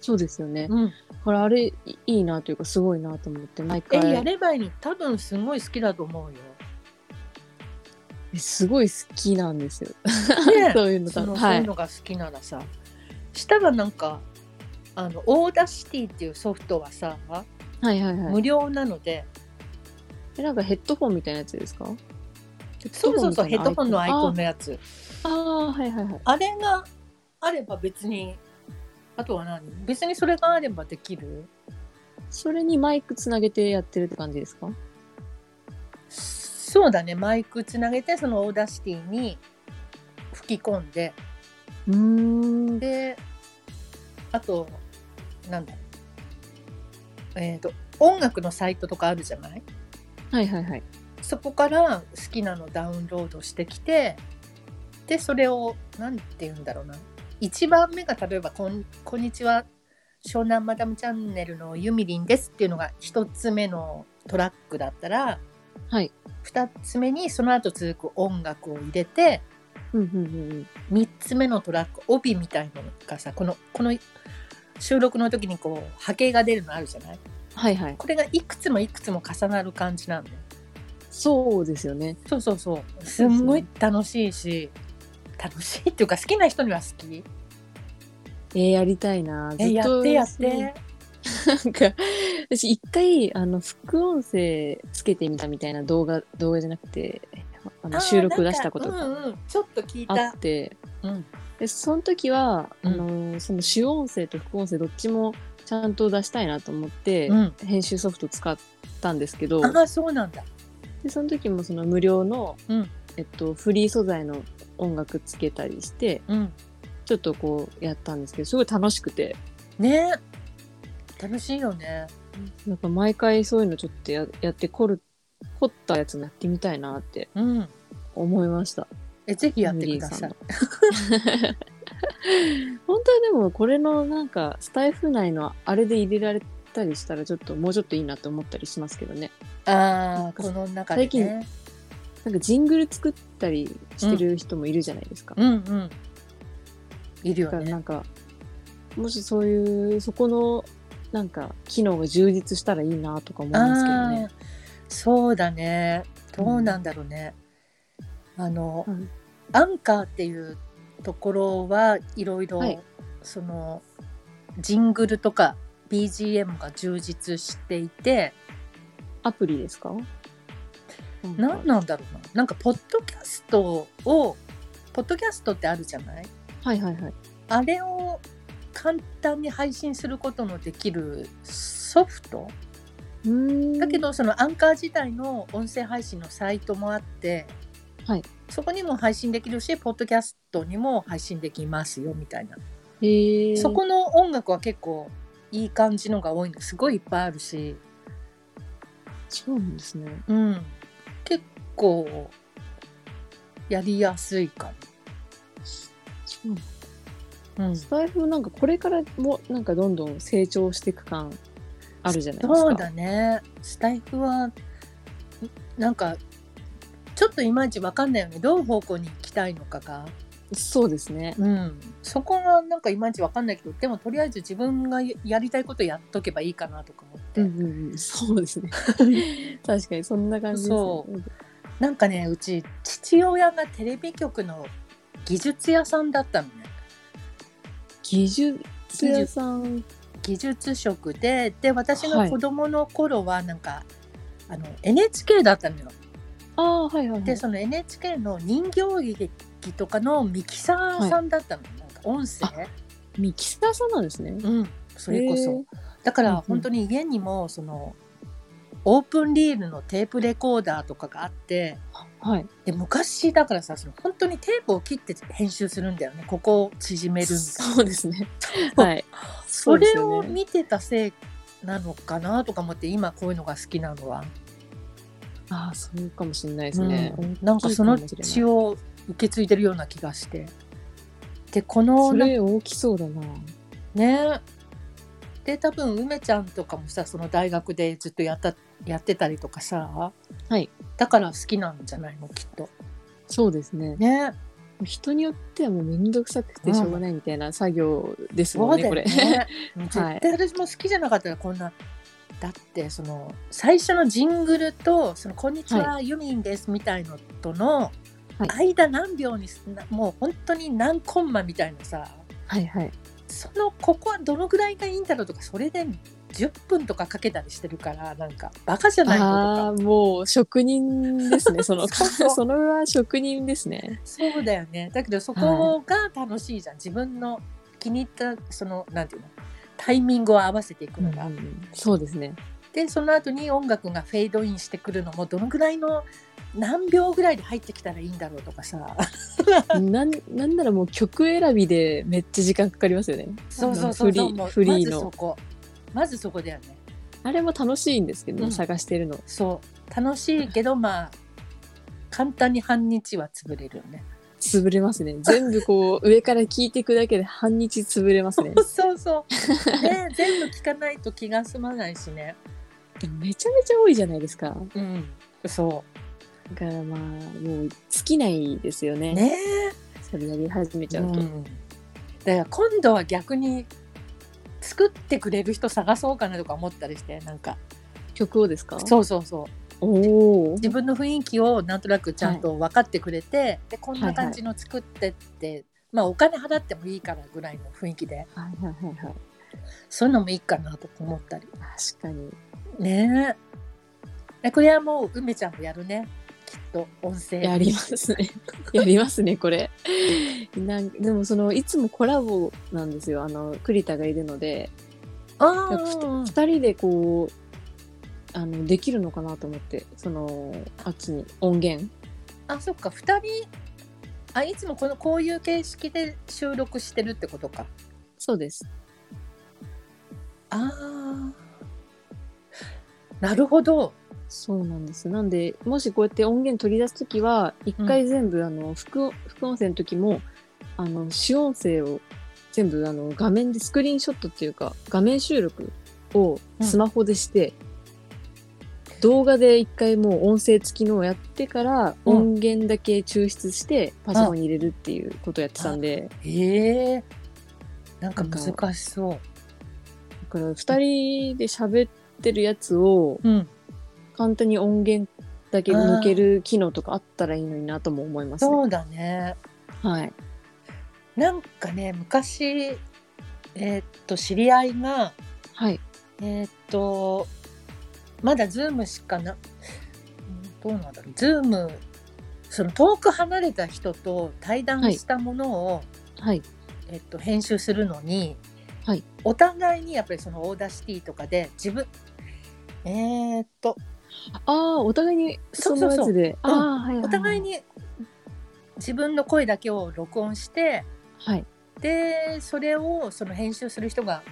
[SPEAKER 2] そうですよね。
[SPEAKER 1] うん、
[SPEAKER 2] これ、あれ、いいいなというか、すごいなと思って、毎
[SPEAKER 1] え
[SPEAKER 2] 回。
[SPEAKER 1] やればいいの多分すごい好きだと 思うよ
[SPEAKER 2] えすごい好きなんですよ。
[SPEAKER 1] ね
[SPEAKER 2] そういうの
[SPEAKER 1] そ
[SPEAKER 2] 多分
[SPEAKER 1] の
[SPEAKER 2] は
[SPEAKER 1] そういう
[SPEAKER 2] い。
[SPEAKER 1] のが好きならさ、したらなんかあのオーダーシティっていうソフトはさ、
[SPEAKER 2] はいはいはい
[SPEAKER 1] 無。料なので
[SPEAKER 2] えなんかヘッドフォンみたいなやつですか
[SPEAKER 1] そうそうそうヘッドホンのアイコンのやつ
[SPEAKER 2] ああー、はいはいはい。
[SPEAKER 1] あれがあれば別にあとは何別にそれがあればできる
[SPEAKER 2] それにマイクつなげてやってるって感じですか
[SPEAKER 1] そうだねマイクつなげてそのオーダーシティに吹き込んで
[SPEAKER 2] うーん。
[SPEAKER 1] であとなんだえっ、と音楽のサイトとかあるじゃない
[SPEAKER 2] はいはいはい。
[SPEAKER 1] そこから好きなのダウンロードしてきてでそれを何て言うんだろうな1番目が例えばこん「こんにちは湘南マダムチャンネルのゆみりんです」っていうのが1つ目のトラックだったら、
[SPEAKER 2] はい
[SPEAKER 1] 2つ目にその後続く音楽を入れて
[SPEAKER 2] うんうんうんうん。
[SPEAKER 1] 3つ目のトラック帯みたいのがさこのこの収録の時にこう波形が出るのあるじゃない
[SPEAKER 2] はいはい。
[SPEAKER 1] これがいくつもいくつも重なる感じなんだよ。
[SPEAKER 2] そうですよね。
[SPEAKER 1] そうそうそう。すんごい楽しいし、楽しいっていうか好きな人には好き。
[SPEAKER 2] えー、やりたいな。ずっ
[SPEAKER 1] え、
[SPEAKER 2] と
[SPEAKER 1] やってやって。。
[SPEAKER 2] なんか、私一回、あの、副音声つけてみたみたいな動画、動画じゃなくて、あ
[SPEAKER 1] あー
[SPEAKER 2] の収録出したこと
[SPEAKER 1] なんか
[SPEAKER 2] が
[SPEAKER 1] うんうん。ちょっと聞い
[SPEAKER 2] あ
[SPEAKER 1] た
[SPEAKER 2] っ。て、
[SPEAKER 1] うん。
[SPEAKER 2] でその時は、
[SPEAKER 1] うん
[SPEAKER 2] あのその主音声と副音声どっちもちゃんと出したいなと思って、
[SPEAKER 1] うん。
[SPEAKER 2] 編集ソフト使ったんですけど
[SPEAKER 1] ああ、そうなんだ。
[SPEAKER 2] でその時もその無料の、
[SPEAKER 1] うん
[SPEAKER 2] えっと、フリー素材の音楽つけたりして
[SPEAKER 1] うん。
[SPEAKER 2] ちょっとこうやったんですけどすごい楽しくて
[SPEAKER 1] ね。楽しいよね。
[SPEAKER 2] なんか毎回そういうのちょっとややって凝る凝ったやつもやってみたいなって
[SPEAKER 1] うん。
[SPEAKER 2] 思いました。
[SPEAKER 1] え、ぜひやって
[SPEAKER 2] ミリ
[SPEAKER 1] くだ
[SPEAKER 2] ーさ
[SPEAKER 1] さ
[SPEAKER 2] ん
[SPEAKER 1] い
[SPEAKER 2] の。 本当はでもこれのなんかスタイフ内のあれで入れられたりしたらちょっともうちょっといいなって思ったりしますけどね
[SPEAKER 1] ああ、この中で
[SPEAKER 2] 最近
[SPEAKER 1] ね。
[SPEAKER 2] なんかジングル作ったりしてる人もいるじゃないですか、
[SPEAKER 1] うんうん。いる
[SPEAKER 2] だ
[SPEAKER 1] よ
[SPEAKER 2] から
[SPEAKER 1] ね。
[SPEAKER 2] なんかもしそういうそこのなんか機能が充実したらいいなとか思いますけどね
[SPEAKER 1] あーそうだね。どうなんだろうね。あの、
[SPEAKER 2] うん
[SPEAKER 1] アンカーっていうところはいろいろ、
[SPEAKER 2] はい
[SPEAKER 1] そのジングルとか BGM が充実していて
[SPEAKER 2] アプリですかなん
[SPEAKER 1] 何
[SPEAKER 2] か
[SPEAKER 1] なんだろうななんかポッドキャストをポッドキャストってあるじゃない
[SPEAKER 2] はいはいはい
[SPEAKER 1] あれを簡単に配信することのできるソフト
[SPEAKER 2] うーん
[SPEAKER 1] だけどそのアンカー自体の音声配信のサイトもあって、
[SPEAKER 2] はい
[SPEAKER 1] そこにも配信できるしポッドキャストにも配信できますよみたいな、
[SPEAKER 2] へー
[SPEAKER 1] そこの音楽は結構いい感じのが多いのすごいいっぱいあるし、
[SPEAKER 2] そうなんですね
[SPEAKER 1] うん、結構やりやすいか
[SPEAKER 2] そうなんだ
[SPEAKER 1] も、うん
[SPEAKER 2] スタイフもなんかこれからもなんかどんどん成長していく感あるじゃないですか。
[SPEAKER 1] そうだねスタイフはなんかちょっといまいちわかんないよねどう方向に行きたいのかが。
[SPEAKER 2] そうですね。
[SPEAKER 1] うん、そこがなんかいまいちわかんないけどでもとりあえず自分がややりたいことやっとけばいいかなとか思って、
[SPEAKER 2] うんうんうん、そうです ね。確かにそんな感じです、ね。
[SPEAKER 1] そなんかねうち父親がテレビ局の技術屋さんだったのね
[SPEAKER 2] 技術屋さん。
[SPEAKER 1] 技術職でで私
[SPEAKER 2] は
[SPEAKER 1] が
[SPEAKER 2] い
[SPEAKER 1] 子供の頃はなんか、あの NHK だったのよ
[SPEAKER 2] ああはいはい、は
[SPEAKER 1] で
[SPEAKER 2] い。
[SPEAKER 1] その NHK の人形劇とかのミキサーさんだったの、なんか音声
[SPEAKER 2] ミキサーさんなんですね。
[SPEAKER 1] うんそれこそ、だか
[SPEAKER 2] うんうん
[SPEAKER 1] ら本当に家にもそのオープンリールのテープレコーダーとかがあって
[SPEAKER 2] はい。
[SPEAKER 1] で昔だからさその本当にテープを切って編集するんだよねここを縮めるみたいな
[SPEAKER 2] そうですね。はい。
[SPEAKER 1] それ
[SPEAKER 2] そう
[SPEAKER 1] を
[SPEAKER 2] ですよね
[SPEAKER 1] 見てたせいなのかなとか思って今こういうのが好きなのは、
[SPEAKER 2] ああ、そうかもしれないですね。
[SPEAKER 1] うんなんかその血を受け継いでるような気がしてでこの
[SPEAKER 2] そ
[SPEAKER 1] な
[SPEAKER 2] れ大きそうだな。
[SPEAKER 1] ねで多分梅ちゃんとかもさその大学でずっとやったやってたりとかさ、
[SPEAKER 2] はい、
[SPEAKER 1] だから好きなんじゃないのきっと
[SPEAKER 2] そうですね。
[SPEAKER 1] ね
[SPEAKER 2] 人によってはもうめんどくさくてしょうがないみたいな作業ですもんね、これ。
[SPEAKER 1] もう絶対私も好きじゃなかったらこんな、だってその最初のジングルと「そのこんにちは、ユミンです」みたいのとの
[SPEAKER 2] はい
[SPEAKER 1] 間何秒に、なもう本当に何コンマみたいなさ
[SPEAKER 2] はいはい。
[SPEAKER 1] そのここはどのぐらいがいいんだろうとかそれで10分とかかけたりしてるからなんかバカじゃないのと
[SPEAKER 2] ああ
[SPEAKER 1] か
[SPEAKER 2] ー、もう職人で すね。その、
[SPEAKER 1] そうそう
[SPEAKER 2] そのは職人ですね。
[SPEAKER 1] そうだよねだけどそこが楽しいじゃん、自分の気に入ったそのなんていうのタイミングを合わせていくのが。
[SPEAKER 2] そうですね。
[SPEAKER 1] でその後に音楽がフェードインしてくるのもどのぐらいの何秒ぐらいで入ってきたらいいんだろうとかさ
[SPEAKER 2] なん、なんならもう曲選びでめっちゃ時間かかりますよね。
[SPEAKER 1] そうそう そうそう
[SPEAKER 2] あのフリー
[SPEAKER 1] もう
[SPEAKER 2] フリー
[SPEAKER 1] まず
[SPEAKER 2] の
[SPEAKER 1] そこまずそこだよね
[SPEAKER 2] あれも楽しいんですけどね、
[SPEAKER 1] うん
[SPEAKER 2] 探してるの。
[SPEAKER 1] そう楽しいけどまあ簡単に半日は潰れるよね
[SPEAKER 2] 潰れますね。全部こう、上から聞いていくだけで半日潰れますね。
[SPEAKER 1] そうそうね全部聞かないと気が済まないしね
[SPEAKER 2] でもめちゃめちゃ多いじゃないですか。
[SPEAKER 1] うんそ
[SPEAKER 2] だからまあ、もう尽きないですよ
[SPEAKER 1] う
[SPEAKER 2] ね。
[SPEAKER 1] ね
[SPEAKER 2] それやり始めち
[SPEAKER 1] え、
[SPEAKER 2] ゃうと。
[SPEAKER 1] うんだから今度は逆に作ってくれる人探そうかなとか思ったりしてなんか
[SPEAKER 2] 曲をですか
[SPEAKER 1] そうそうそう
[SPEAKER 2] おお。
[SPEAKER 1] 自分の雰囲気をなんとなくちゃんと分かってくれて、でこんな感じの作ってって、まあお金払ってもいいからぐらいの雰囲気で
[SPEAKER 2] はいはいはいはい。
[SPEAKER 1] そういうのもいいかなとか思ったり
[SPEAKER 2] 確かに。
[SPEAKER 1] ねええこれはもう梅ちゃんもやるねきっと音声
[SPEAKER 2] やりますね。 やりますね、これ。なんでもその、いつもコラボなんですよ。あの、栗田がいるので、
[SPEAKER 1] あ
[SPEAKER 2] なんかふた
[SPEAKER 1] ー
[SPEAKER 2] 二人でこう、あの、できるのかなと思って、その、あっちに音源。
[SPEAKER 1] あそっか2人あいつもこのこういう形式で収録してるってことか
[SPEAKER 2] そうです。
[SPEAKER 1] ああなるほど
[SPEAKER 2] そうなんです。なんで、もしこうやって音源取り出すときは、一回全部、あの、副、副音声のときも、あの、主音声を全部、あの、画面でスクリーンショットっていうか、画面収録をスマホでして、動画で一回もう音声付きのをやってから、
[SPEAKER 1] うん
[SPEAKER 2] 音源だけ抽出して、パソコンに入れるっていうことをやってたんで、
[SPEAKER 1] ええなんか難しそう
[SPEAKER 2] だから二人で喋ってるやつを、
[SPEAKER 1] うん
[SPEAKER 2] 簡単に音源だけ抜ける機能とかあったらいいのになとも思いますね。
[SPEAKER 1] そうだね。
[SPEAKER 2] はい。
[SPEAKER 1] なんかね昔えーっと知り合いが
[SPEAKER 2] はい。
[SPEAKER 1] えーっとまだズームしかなうんどうなんだろうズームその遠く離れた人と対談したものを、
[SPEAKER 2] はい。
[SPEAKER 1] えーっと編集するのに、
[SPEAKER 2] はい
[SPEAKER 1] お互いにやっぱりそのオーダーシティとかで自分えーっと
[SPEAKER 2] ああ、お互いに
[SPEAKER 1] そ
[SPEAKER 2] そう
[SPEAKER 1] そうそ
[SPEAKER 2] の
[SPEAKER 1] う
[SPEAKER 2] やつで。
[SPEAKER 1] うん
[SPEAKER 2] ああ、はいはいはい。
[SPEAKER 1] お互い。に自分の声だけを録音して、
[SPEAKER 2] はい。
[SPEAKER 1] でそれをその編集する人が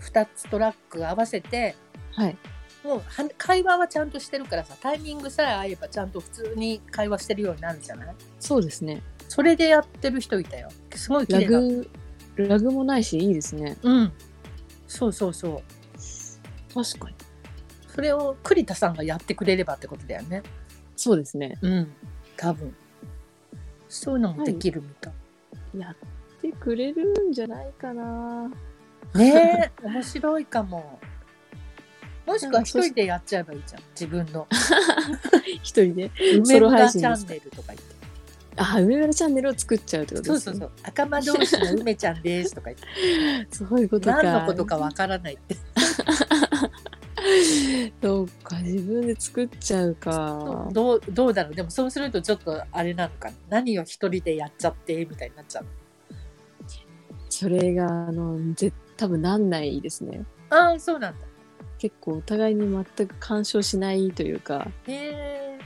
[SPEAKER 1] 2つトラック合わせて
[SPEAKER 2] はい。
[SPEAKER 1] もうは会話はちゃんとしてるからさタイミングさえ合えばちゃんと普通に会話してるようになるじゃない
[SPEAKER 2] そうですね。
[SPEAKER 1] それでやってる人いたよすごい綺
[SPEAKER 2] ラ
[SPEAKER 1] 麗な
[SPEAKER 2] グ、ラグもないし、いいですね。
[SPEAKER 1] うんそうそうそう
[SPEAKER 2] 確かに。
[SPEAKER 1] それを栗田さんがやってくれればってことだよね
[SPEAKER 2] そうですね。
[SPEAKER 1] うん多分そういうのもできるみたい、
[SPEAKER 2] やってくれるんじゃないかな。
[SPEAKER 1] ねえ 面白いかももしくは一人でやっちゃえばいいじゃん自分 の
[SPEAKER 2] 一人で。
[SPEAKER 1] 「梅
[SPEAKER 2] ソロ
[SPEAKER 1] 村
[SPEAKER 2] 配
[SPEAKER 1] チ
[SPEAKER 2] 信
[SPEAKER 1] ャ
[SPEAKER 2] で
[SPEAKER 1] ン
[SPEAKER 2] すか
[SPEAKER 1] ネル」とか言って。
[SPEAKER 2] ああ、梅原チャンネルを作っちゃうってこと
[SPEAKER 1] そう
[SPEAKER 2] です
[SPEAKER 1] そ
[SPEAKER 2] ね。
[SPEAKER 1] うそう赤間同士の梅ちゃんですとか言って
[SPEAKER 2] そう。そういうことか。
[SPEAKER 1] 何のことかわからないって
[SPEAKER 2] そうか、自分で作っちゃうか。
[SPEAKER 1] どうどうだろうでもそうするとちょっとあれなのかな何を一人でやっちゃってみたいになっちゃう
[SPEAKER 2] それが、あの、ぜ多分なんないですね。
[SPEAKER 1] ああそうなんだ
[SPEAKER 2] 結構お互いに全く干渉しないというか、
[SPEAKER 1] へえ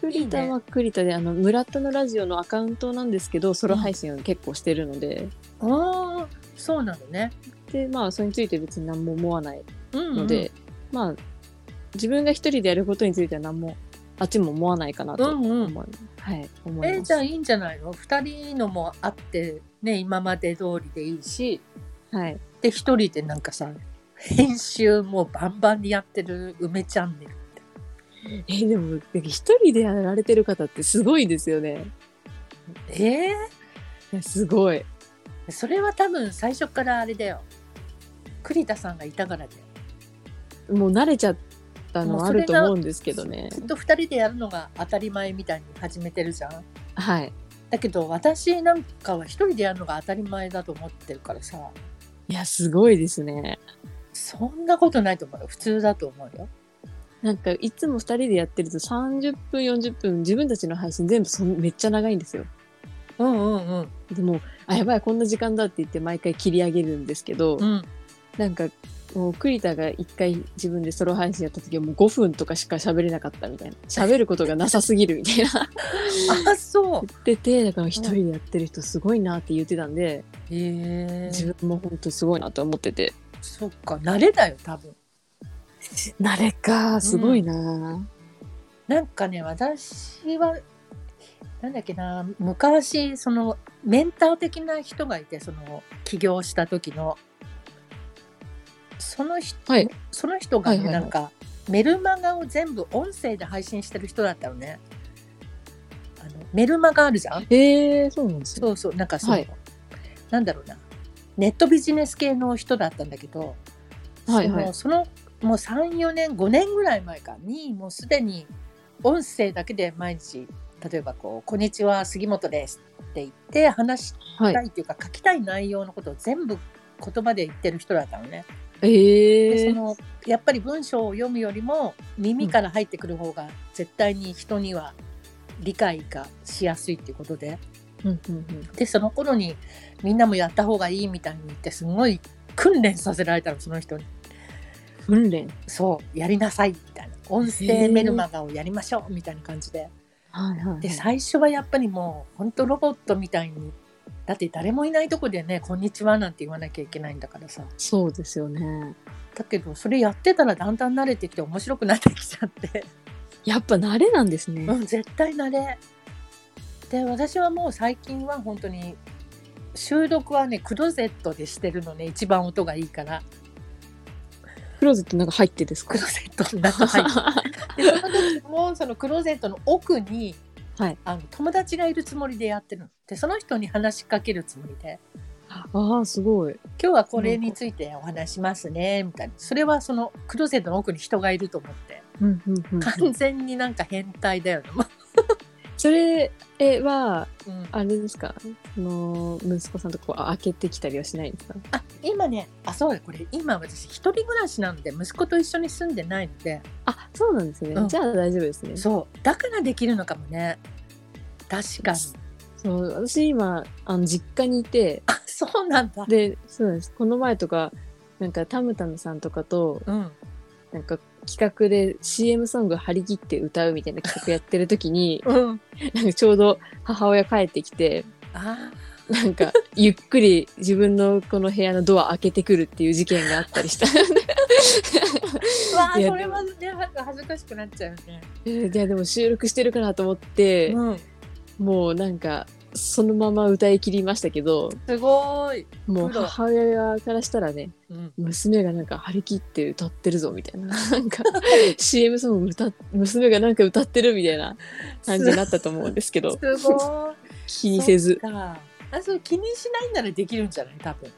[SPEAKER 2] 栗田は栗田で、あの、村田のラジオのアカウントなんですけど、ソロ配信を結構してるので、
[SPEAKER 1] ああそうなのね
[SPEAKER 2] で、まあ、それについて別に何も思わない
[SPEAKER 1] うんうん
[SPEAKER 2] ので、まあ、自分が一人でやることについては何も、あっちも思わないかなと
[SPEAKER 1] う
[SPEAKER 2] 思
[SPEAKER 1] ん
[SPEAKER 2] い、
[SPEAKER 1] うん
[SPEAKER 2] はい、思い
[SPEAKER 1] え
[SPEAKER 2] ま
[SPEAKER 1] じ
[SPEAKER 2] す
[SPEAKER 1] ゃあ。いいんじゃないの2人のもあってね今まで通りでいいし
[SPEAKER 2] はい。
[SPEAKER 1] で1人でなんかさ編集もうバンバンにやってる梅チャンネルって
[SPEAKER 2] えでも、一人でやられてる方ってすごいですよね。
[SPEAKER 1] え
[SPEAKER 2] いやすごい。
[SPEAKER 1] ー、それは多分最初からあれだよ栗田さんがいたからだよ
[SPEAKER 2] もう慣れちゃったの
[SPEAKER 1] もう
[SPEAKER 2] は
[SPEAKER 1] そ
[SPEAKER 2] あ
[SPEAKER 1] れ
[SPEAKER 2] ると
[SPEAKER 1] が
[SPEAKER 2] 思うんですけどね。
[SPEAKER 1] ずっと2人でやるのが当たり前みたいに始めてるじゃん
[SPEAKER 2] はい。
[SPEAKER 1] だけど私なんかは1人でやるのが当たり前だと思ってるからさ
[SPEAKER 2] いや、すごいですね。
[SPEAKER 1] そんなことないと思うよ普通だと思うよ
[SPEAKER 2] なんか、いつも二人でやってると30分、40分、自分たちの配信全部そんめっちゃ長いんですよ。
[SPEAKER 1] うんうんうん
[SPEAKER 2] でも、あ、やばい、こんな時間だって言って毎回切り上げるんですけど、
[SPEAKER 1] うん
[SPEAKER 2] なんか、もう栗田が一回自分でソロ配信やった時はもう5分とかしか喋れなかったみたいな。喋ることがなさすぎるみたいな。
[SPEAKER 1] あそう
[SPEAKER 2] 言ってて、だから一人でやってる人すごいなって言ってたんで、
[SPEAKER 1] へえ
[SPEAKER 2] 自分も本当すごいなと思ってて。
[SPEAKER 1] そっか慣れだよ多分
[SPEAKER 2] 慣れか、すごいな、
[SPEAKER 1] なんかね私はなんだっけな昔そのメンター的な人がいてその起業した時のその人
[SPEAKER 2] はい。
[SPEAKER 1] その人がね、
[SPEAKER 2] はいはいはい
[SPEAKER 1] なんかメルマガを全部音声で配信してる人だったのねあのメルマガあるじゃん
[SPEAKER 2] えー、そうなんですね。
[SPEAKER 1] そうそうなんかその、
[SPEAKER 2] はい
[SPEAKER 1] なんだろうなネットビジネス系の人だったんだけど、
[SPEAKER 2] はいはい
[SPEAKER 1] そのそのもう34年5年ぐらい前かにもうすでに音声だけで毎日例えばこう「こんにちは杉本です」って言って話し
[SPEAKER 2] は
[SPEAKER 1] た
[SPEAKER 2] い。
[SPEAKER 1] いというか、書きたい内容のことを全部言葉で言ってる人だったのね。で
[SPEAKER 2] え
[SPEAKER 1] そ
[SPEAKER 2] ー。
[SPEAKER 1] のやっぱり文章を読むよりも耳から入ってくる方が絶対に人には理解がしやすいっていうことで
[SPEAKER 2] うんうんうん
[SPEAKER 1] でその頃にみんなもやった方がいいみたいに言ってすごい訓練させられたのその人に
[SPEAKER 2] 訓練。
[SPEAKER 1] そうやりなさいみたいな音声メルマガをやりましょうみたいな感じで
[SPEAKER 2] はいはい、はい。
[SPEAKER 1] で最初はやっぱりもう本当ロボットみたいにだって誰もいないとこでね「こんにちは」なんて言わなきゃいけないんだからさ
[SPEAKER 2] そうですよね。
[SPEAKER 1] だけどそれやってたらだんだん慣れてきて面白くなってきちゃって。
[SPEAKER 2] やっぱ慣れなんですね。
[SPEAKER 1] うん、絶対慣れで私はもう最近は本当に収録はねクローゼットでしてるのね一番音がいいから
[SPEAKER 2] クローゼットなんか入ってです
[SPEAKER 1] ク
[SPEAKER 2] か
[SPEAKER 1] ローゼットの中入ってでその時もそのクローゼットの奥に、
[SPEAKER 2] はい
[SPEAKER 1] あの友達がいるつもりでやってるのでその人に話しかけるつもりで
[SPEAKER 2] ああ、すごい。
[SPEAKER 1] 「今日はこれについてお話しますね」みたいなそれはそのクローゼットの奥に人がいると思って
[SPEAKER 2] うんうんうん
[SPEAKER 1] 完全になんか変態だよね、
[SPEAKER 2] それは、
[SPEAKER 1] うん
[SPEAKER 2] あれですかその、息子さんとこうあ開けてきたりはしないんですか
[SPEAKER 1] あ今ねあそうだこれ今私一人暮らしなので息子と一緒に住んでないので
[SPEAKER 2] あ、そうなんですね。
[SPEAKER 1] うん
[SPEAKER 2] じゃあ大丈夫ですね。
[SPEAKER 1] そうだからできるのかもね確かに
[SPEAKER 2] そう私今、あの、実家にいて、
[SPEAKER 1] あそうなんだ
[SPEAKER 2] で、そうなんです。この前とか、なんかタムタムさんとかと、
[SPEAKER 1] うん、
[SPEAKER 2] なんか企画で CM ソング張り切って歌うみたいな企画やってる時に
[SPEAKER 1] うん
[SPEAKER 2] なんかちょうど母親帰ってきて、
[SPEAKER 1] あ
[SPEAKER 2] なん か、ゆっくり自分のこの部屋のドア開けてくるっていう事件があったり した。
[SPEAKER 1] ーわあ
[SPEAKER 2] いや
[SPEAKER 1] それはねは恥ずかしくなっちゃうよね
[SPEAKER 2] いや、でも収録してるかなと思って、
[SPEAKER 1] うん
[SPEAKER 2] もうなんか、そのまま歌い切りましたけど、
[SPEAKER 1] すごーい、
[SPEAKER 2] もう
[SPEAKER 1] プロ
[SPEAKER 2] 母親からしたらね、
[SPEAKER 1] うん、
[SPEAKER 2] 娘がなんか張り切って歌ってるぞみたいな、なん か CM ソング歌っ、娘がなんか歌ってるみたいな感じになったと思うんですけ
[SPEAKER 1] す
[SPEAKER 2] ど、
[SPEAKER 1] ごーい
[SPEAKER 2] 気にせず。
[SPEAKER 1] そっかあそう気にしないならできるんじゃない多分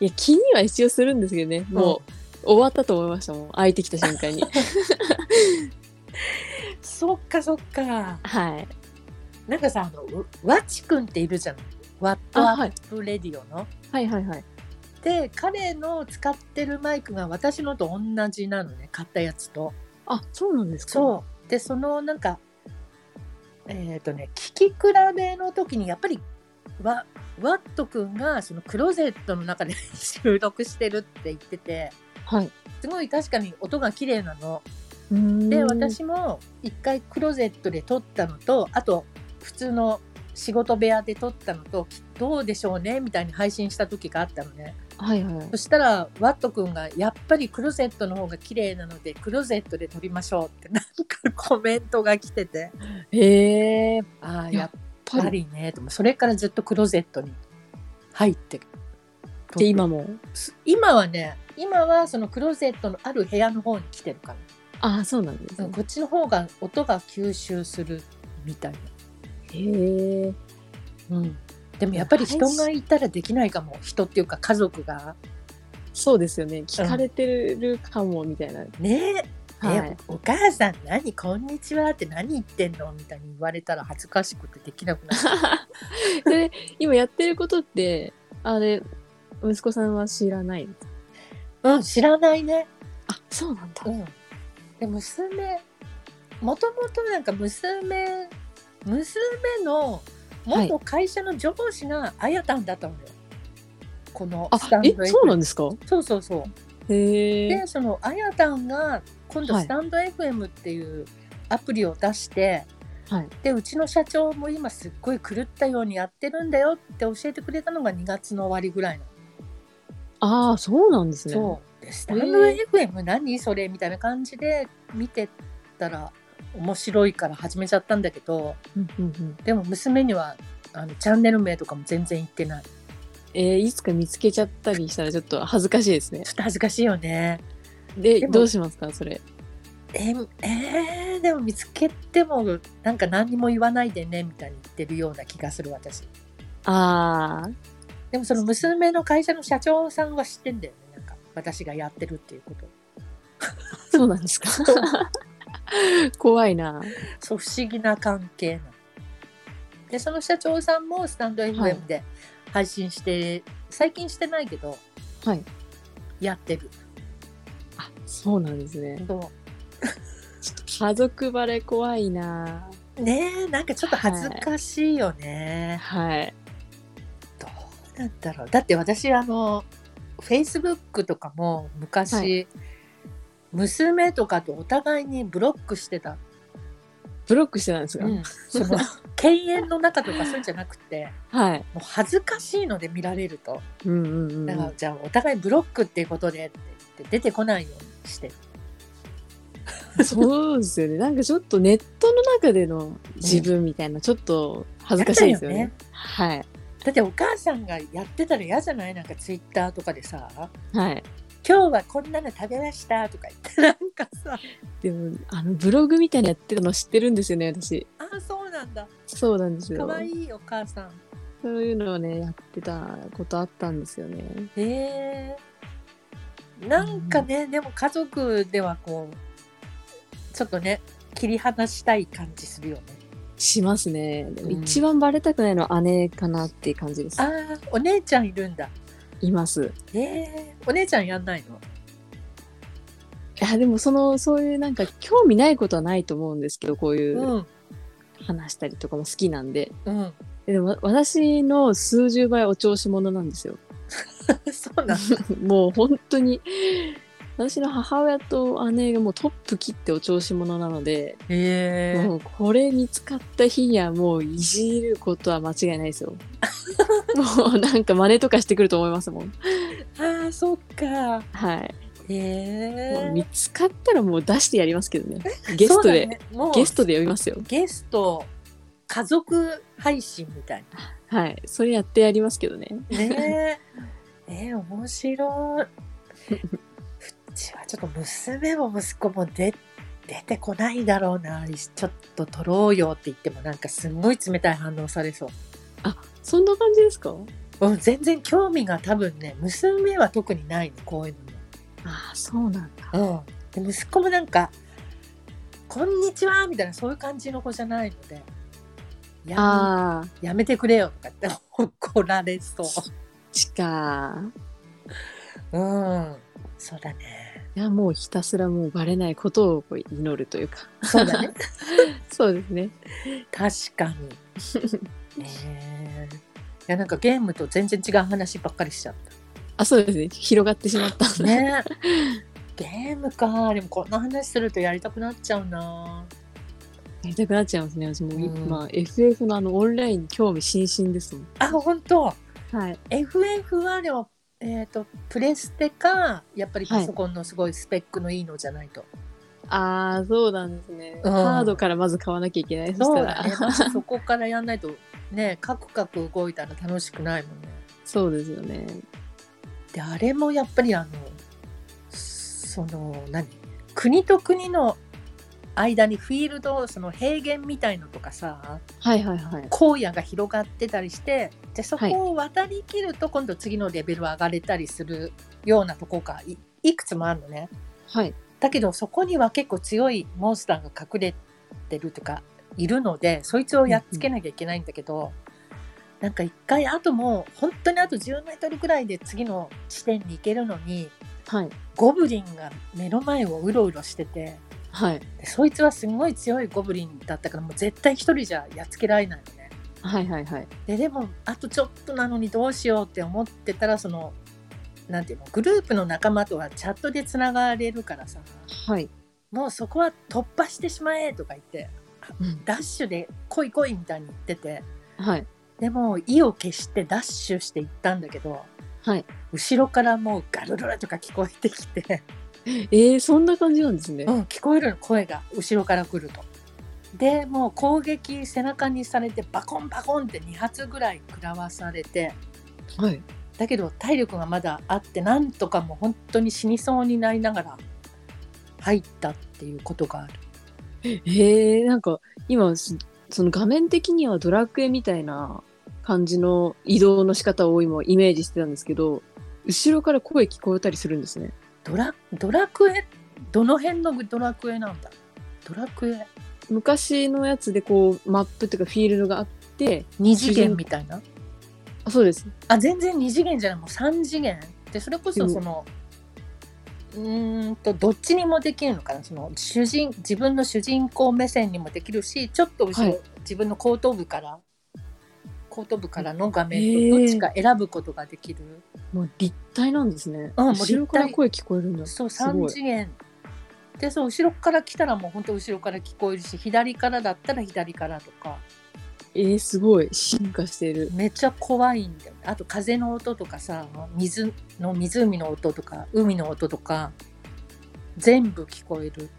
[SPEAKER 2] いや、気には一応するんですけどね、もう終わったと思いましたもん、開いてきた瞬 間に。
[SPEAKER 1] そっかそっか
[SPEAKER 2] はい。
[SPEAKER 1] なんかさあのうわちくんっているじゃないワット
[SPEAKER 2] あ
[SPEAKER 1] ア
[SPEAKER 2] はい
[SPEAKER 1] ップレディオの、
[SPEAKER 2] はいはいはい。
[SPEAKER 1] で彼の使ってるマイクが私のと同じなのね買ったやつと
[SPEAKER 2] あ、そうなんですか。
[SPEAKER 1] うでそのなんかえっ、とね聞き比べの時にやっぱりワ ワット君がそのクローゼットの中で収録してるって言ってて
[SPEAKER 2] はい。
[SPEAKER 1] すごい確かに音が綺麗なの。
[SPEAKER 2] で
[SPEAKER 1] で、私も一回クローゼットで撮ったのとあと普通の仕事部屋で撮ったのとどうでしょうねみたいに配信した時があったのね
[SPEAKER 2] はいはい
[SPEAKER 1] そ。したらワット君がやっぱりクローゼットの方が綺麗なのでクローゼットで撮りましょうってなんかコメントが来てて
[SPEAKER 2] へえ、やっ
[SPEAKER 1] ああ
[SPEAKER 2] や
[SPEAKER 1] や
[SPEAKER 2] っ
[SPEAKER 1] っ
[SPEAKER 2] ぱ
[SPEAKER 1] ぱ
[SPEAKER 2] り。
[SPEAKER 1] りねと思うそれからずっとクローゼットに入って
[SPEAKER 2] で、今も。
[SPEAKER 1] す今はね今はそのクローゼットのある部屋の方に来てるから
[SPEAKER 2] ああ、そうなんですね。
[SPEAKER 1] こっちの方が音が吸収するみたい
[SPEAKER 2] へえ。
[SPEAKER 1] な、でもやっぱり人がいたらできないかも人っていうか家族が
[SPEAKER 2] そうですよね。聞かれてるかも、みたいな。
[SPEAKER 1] ねえ、
[SPEAKER 2] は
[SPEAKER 1] ね
[SPEAKER 2] い。
[SPEAKER 1] お母さん何こんにちはって何言ってんのみたいに言われたら恥ずかしくてできなくなる
[SPEAKER 2] で、今やってることって、あれ、息子さんは知らないんですか
[SPEAKER 1] うん知らないね
[SPEAKER 2] あ、そうなんだ。
[SPEAKER 1] うんで娘もともとなんか娘娘の元会社の上司があやたんだったのよ、この
[SPEAKER 2] あ
[SPEAKER 1] スタン、ド
[SPEAKER 2] え、そうなん
[SPEAKER 1] ん
[SPEAKER 2] ですか
[SPEAKER 1] そうそうそう
[SPEAKER 2] へえ
[SPEAKER 1] で。そのあやたんが今度
[SPEAKER 2] はい
[SPEAKER 1] スタンド FM っていうアプリを出して、
[SPEAKER 2] はい
[SPEAKER 1] でうちの社長も今すっごい狂ったようにやってるんだよって教えてくれたのが2月の終わりぐらいなの、
[SPEAKER 2] ああ、そうなんですね。
[SPEAKER 1] そうでスタンド FM 何それみたいな感じで見てたら面白いから始めちゃったんだけど
[SPEAKER 2] うんうんうん。
[SPEAKER 1] でも娘にはあのチャンネル名とかも全然言ってないちょ
[SPEAKER 2] えー、いつか見つけちゃったりしたらちょっと恥ずかしいですね。
[SPEAKER 1] っと恥ずかしいよね
[SPEAKER 2] で、
[SPEAKER 1] でも
[SPEAKER 2] どうしますかそれ。
[SPEAKER 1] ええーでも見つけてもなんか何にも言わないでねみたいに言ってるような気がする私
[SPEAKER 2] ああ、
[SPEAKER 1] でもその娘の会社の社長さんは知ってんだよねなんか私がやってるっていうこと
[SPEAKER 2] そうなんですか 怖いな。
[SPEAKER 1] そう不思議な関係なのでその社長さんもスタンド
[SPEAKER 2] はい
[SPEAKER 1] FM で配信して、最近してないけど
[SPEAKER 2] はい。
[SPEAKER 1] やってる
[SPEAKER 2] あ、そうなんですね。
[SPEAKER 1] そ
[SPEAKER 2] ちょっと家族バレ怖いな。
[SPEAKER 1] うねえなんかちょっと恥ずかしいよね、
[SPEAKER 2] はい。
[SPEAKER 1] どうなんだろうだって私あのフェイスブックとかも昔、
[SPEAKER 2] は
[SPEAKER 1] 娘とかとお互いにブロックしてた、
[SPEAKER 2] ブロックしてたんですか、
[SPEAKER 1] そ の犬猿の中とかそういうんじゃなくて
[SPEAKER 2] はい。
[SPEAKER 1] もう恥ずかしいので見られると
[SPEAKER 2] うんうんうん。
[SPEAKER 1] だからじゃあお互いブロックっていうことでって言って出てこないようにして
[SPEAKER 2] そうですよね。なんかちょっとネットの中での自分みたいな、ちょっと恥ずかしいですよね。
[SPEAKER 1] やだよ
[SPEAKER 2] はい。
[SPEAKER 1] だってお母さんがやってたら嫌じゃないなんかツイッターとかでさ
[SPEAKER 2] はい。
[SPEAKER 1] 「今日はこんなの食べました」とか言ってなんかさ
[SPEAKER 2] でも、あの、ブログみたいなやってるの知ってるんですよね、私。
[SPEAKER 1] 「ああそうなんだ
[SPEAKER 2] そうなんですよ。
[SPEAKER 1] かわいいお母さん
[SPEAKER 2] そういうのをね、やってたことあったんですよね。」
[SPEAKER 1] へえなんかね、でも家族ではこうちょっとね切り離したい感じするよね
[SPEAKER 2] しますね。でも
[SPEAKER 1] うん
[SPEAKER 2] 一番バレたくないのは姉かなっていう感じです。
[SPEAKER 1] ああお姉ちゃんいるんだ
[SPEAKER 2] います。
[SPEAKER 1] へえお姉ちゃんやんないの
[SPEAKER 2] いや、でもその、そういうなんか興味ないことはないと思うんですけど、こういう
[SPEAKER 1] うん
[SPEAKER 2] 話したりとかも好きなんで。
[SPEAKER 1] うん
[SPEAKER 2] でもわ私の数十倍お調子者なんですよ。
[SPEAKER 1] そうなんだ
[SPEAKER 2] もう本当に。私の母親と姉がもうトップ切ってお調子者なので、
[SPEAKER 1] へえ
[SPEAKER 2] もうこれ見つかった日にはもういじることは間違いない ですよ。もうなんか真似とかしてくると思いますもん。
[SPEAKER 1] ああそっか
[SPEAKER 2] はい。
[SPEAKER 1] へ
[SPEAKER 2] もう
[SPEAKER 1] え
[SPEAKER 2] 見つかったらもう出してやりますけどね。ゲストで、
[SPEAKER 1] もう
[SPEAKER 2] ゲストで呼びますよ。
[SPEAKER 1] ゲスト家族配信みたい
[SPEAKER 2] はい。それやってやりますけどね。
[SPEAKER 1] なねええー面白いうちはちょっと娘も息子も出出てこないだろうなちょっと撮ろうよって言ってもなんかすごい冷たい反応されそう
[SPEAKER 2] そんな感じですか
[SPEAKER 1] うん全然興味が多分ね娘は特にないのこういうのも
[SPEAKER 2] ああ、そうなんだ。
[SPEAKER 1] うん、で息子もなんか「こんにちは」みたいなそういう感じの子じゃないので「や
[SPEAKER 2] ああ、
[SPEAKER 1] やめてくれよ」とかって怒られそう。
[SPEAKER 2] しか。
[SPEAKER 1] うん、そうだね。
[SPEAKER 2] いや、もうひたすらもうバレないことをこう祈るというか。
[SPEAKER 1] そうだね。
[SPEAKER 2] そうですね。
[SPEAKER 1] 確かに。ねえいやなんかゲームと全然違う話ばっかりしちゃっ
[SPEAKER 2] あ、そうですね。広がってしまった。
[SPEAKER 1] ね ゲームかでもこんな話するとやりたくなっちゃうな
[SPEAKER 2] やりたくなっちゃいますね。私も、
[SPEAKER 1] うん
[SPEAKER 2] まあ、FF のあの、オンラインに興味津々ですもん。
[SPEAKER 1] あ本当
[SPEAKER 2] はい。
[SPEAKER 1] FF はでもえー、とプレステかやっぱりパソコンのすごいスペックのいいのじゃないと、
[SPEAKER 2] ああ、そうなんですね。
[SPEAKER 1] うん
[SPEAKER 2] ハードからまず買わなきゃいけない。そし
[SPEAKER 1] そう
[SPEAKER 2] た
[SPEAKER 1] だ
[SPEAKER 2] ら
[SPEAKER 1] ね、まずそこからやんないとねカクカク動いたら楽しくないもんね
[SPEAKER 2] そうですよね。
[SPEAKER 1] であれもやっぱりあのその何国と国の間にフィールドその平原みたいのとかさ
[SPEAKER 2] はいはいはい。
[SPEAKER 1] 荒野が広がってたりしてでそこを渡りきると今度次のレベル上がれたりするようなとこがいいくつもあるのね
[SPEAKER 2] はい。
[SPEAKER 1] だけどそこには結構強いモンスターが隠れてるとかいるのでそいつをやっつけなきゃいけないんだけど、なんか一回あともう本当にあと10メートルくらいで次の地点に行けるのに
[SPEAKER 2] はい。
[SPEAKER 1] ゴブリンが目の前をうろうろしてて
[SPEAKER 2] はい。
[SPEAKER 1] でそいつはすごい強いゴブリンだったからもう絶対一人じゃやっつけられないのね。
[SPEAKER 2] はいはいはい。
[SPEAKER 1] ででもあとちょっとなのにどうしようって思ってたらそのなんていうのグループの仲間とはチャットでつながれるからさ
[SPEAKER 2] はい。
[SPEAKER 1] もうそこは突破してしまえとか言って
[SPEAKER 2] うん
[SPEAKER 1] ダッシュで来い来いみたいに言ってて
[SPEAKER 2] はい。
[SPEAKER 1] でも意を決してダッシュして行ったんだけど
[SPEAKER 2] はい。
[SPEAKER 1] 後ろからもうガルルルとか聞こえてきて、
[SPEAKER 2] えー、そんな感じなんですね。
[SPEAKER 1] うん、聞こえるの声が後ろから来ると。でもう攻撃背中にされてバコンバコンって2発ぐらい食らわされて
[SPEAKER 2] はい。
[SPEAKER 1] だけど体力がまだあってなんとかもう本当に死にそうになりながら入ったっていうことがある。
[SPEAKER 2] へえ、なんか今、そその画面的にはドラクエみたいな感じの移動の仕方を今イメージしてたんですけど、後ろから声聞こえたりするんですね。
[SPEAKER 1] ドラドラクエどの辺のドラクエなんだドラクエ
[SPEAKER 2] 昔のやつでこう、マップっていうかフィールドがあって、
[SPEAKER 1] 二次元みたいな
[SPEAKER 2] あ、そうです。
[SPEAKER 1] あ全然二次元じゃないもう三次元でそれこそそのうーんとどっちにもできるのかなその主人自分の主人公目線にもできるしちょっと後ろ、
[SPEAKER 2] はい
[SPEAKER 1] 自分の後頭部から後頭部からの画面
[SPEAKER 2] へ
[SPEAKER 1] と
[SPEAKER 2] ー
[SPEAKER 1] どっちか選ぶことができる、
[SPEAKER 2] もう立体なんですね。
[SPEAKER 1] うんもう立体
[SPEAKER 2] 後ろから声聞こえるんだ。
[SPEAKER 1] そう
[SPEAKER 2] すご
[SPEAKER 1] 3
[SPEAKER 2] い
[SPEAKER 1] 次元でそう後ろから来たらもう本当後ろから聞こえるし左からだったら左からとか
[SPEAKER 2] えー、すごい。進化している。
[SPEAKER 1] めっちゃ怖いんだよねあと風の音とかさ水の湖の音とか海の音とか全部聞こえる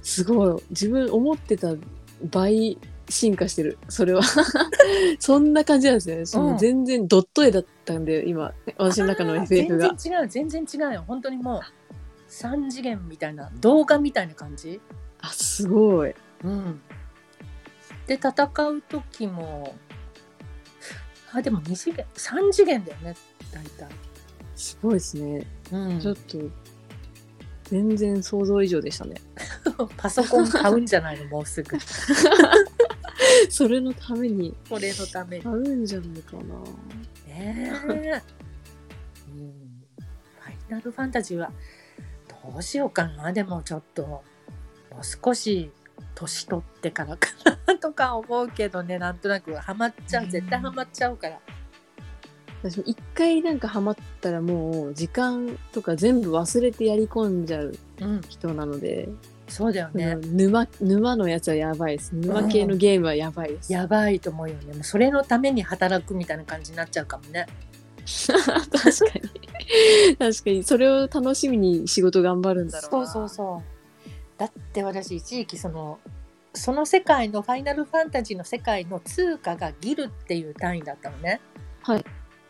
[SPEAKER 2] すごい。自分思ってた倍進化してる。それは。 そんな感じなんですね。その
[SPEAKER 1] うん
[SPEAKER 2] 全然ドット絵だったんで、今、私の中の
[SPEAKER 1] あー
[SPEAKER 2] FF が。
[SPEAKER 1] 全然違う全然違うよ本当にもう3次元みたいな動画みたいな感じ
[SPEAKER 2] あ、すごい。
[SPEAKER 1] うんで戦う時もあでも2次元3次元だよね大体
[SPEAKER 2] すごいですね。
[SPEAKER 1] うん
[SPEAKER 2] ちょっと、全然想像以上でしたね。
[SPEAKER 1] パソコン買うんじゃないのもうすぐ
[SPEAKER 2] それのために
[SPEAKER 1] これのために
[SPEAKER 2] あるんじゃないかな。
[SPEAKER 1] ねえ、うん、ファイナルファンタジーはどうしようかなでもちょっともう少し年取ってからかなとか思うけどねなんとなくハマっちゃう
[SPEAKER 2] うん
[SPEAKER 1] 絶対ハマっちゃうから
[SPEAKER 2] 私も一回なんかハマったらもう時間とか全部忘れてやり込んじゃう
[SPEAKER 1] うん
[SPEAKER 2] 人なので、
[SPEAKER 1] そうだよね
[SPEAKER 2] その沼沼のやつはやばいです。沼系のゲームはやばいです。
[SPEAKER 1] やばいと思うよねもうそれのために働くみたいな感じになっちゃうかもね
[SPEAKER 2] 確かに。確かに。それを楽しみに仕事頑張るんだろう
[SPEAKER 1] そう
[SPEAKER 2] な。
[SPEAKER 1] そうそうだって私一時期そのその世界の「ファイナルファンタジー」の世界の通貨がギルっていう単位だったのね。
[SPEAKER 2] はい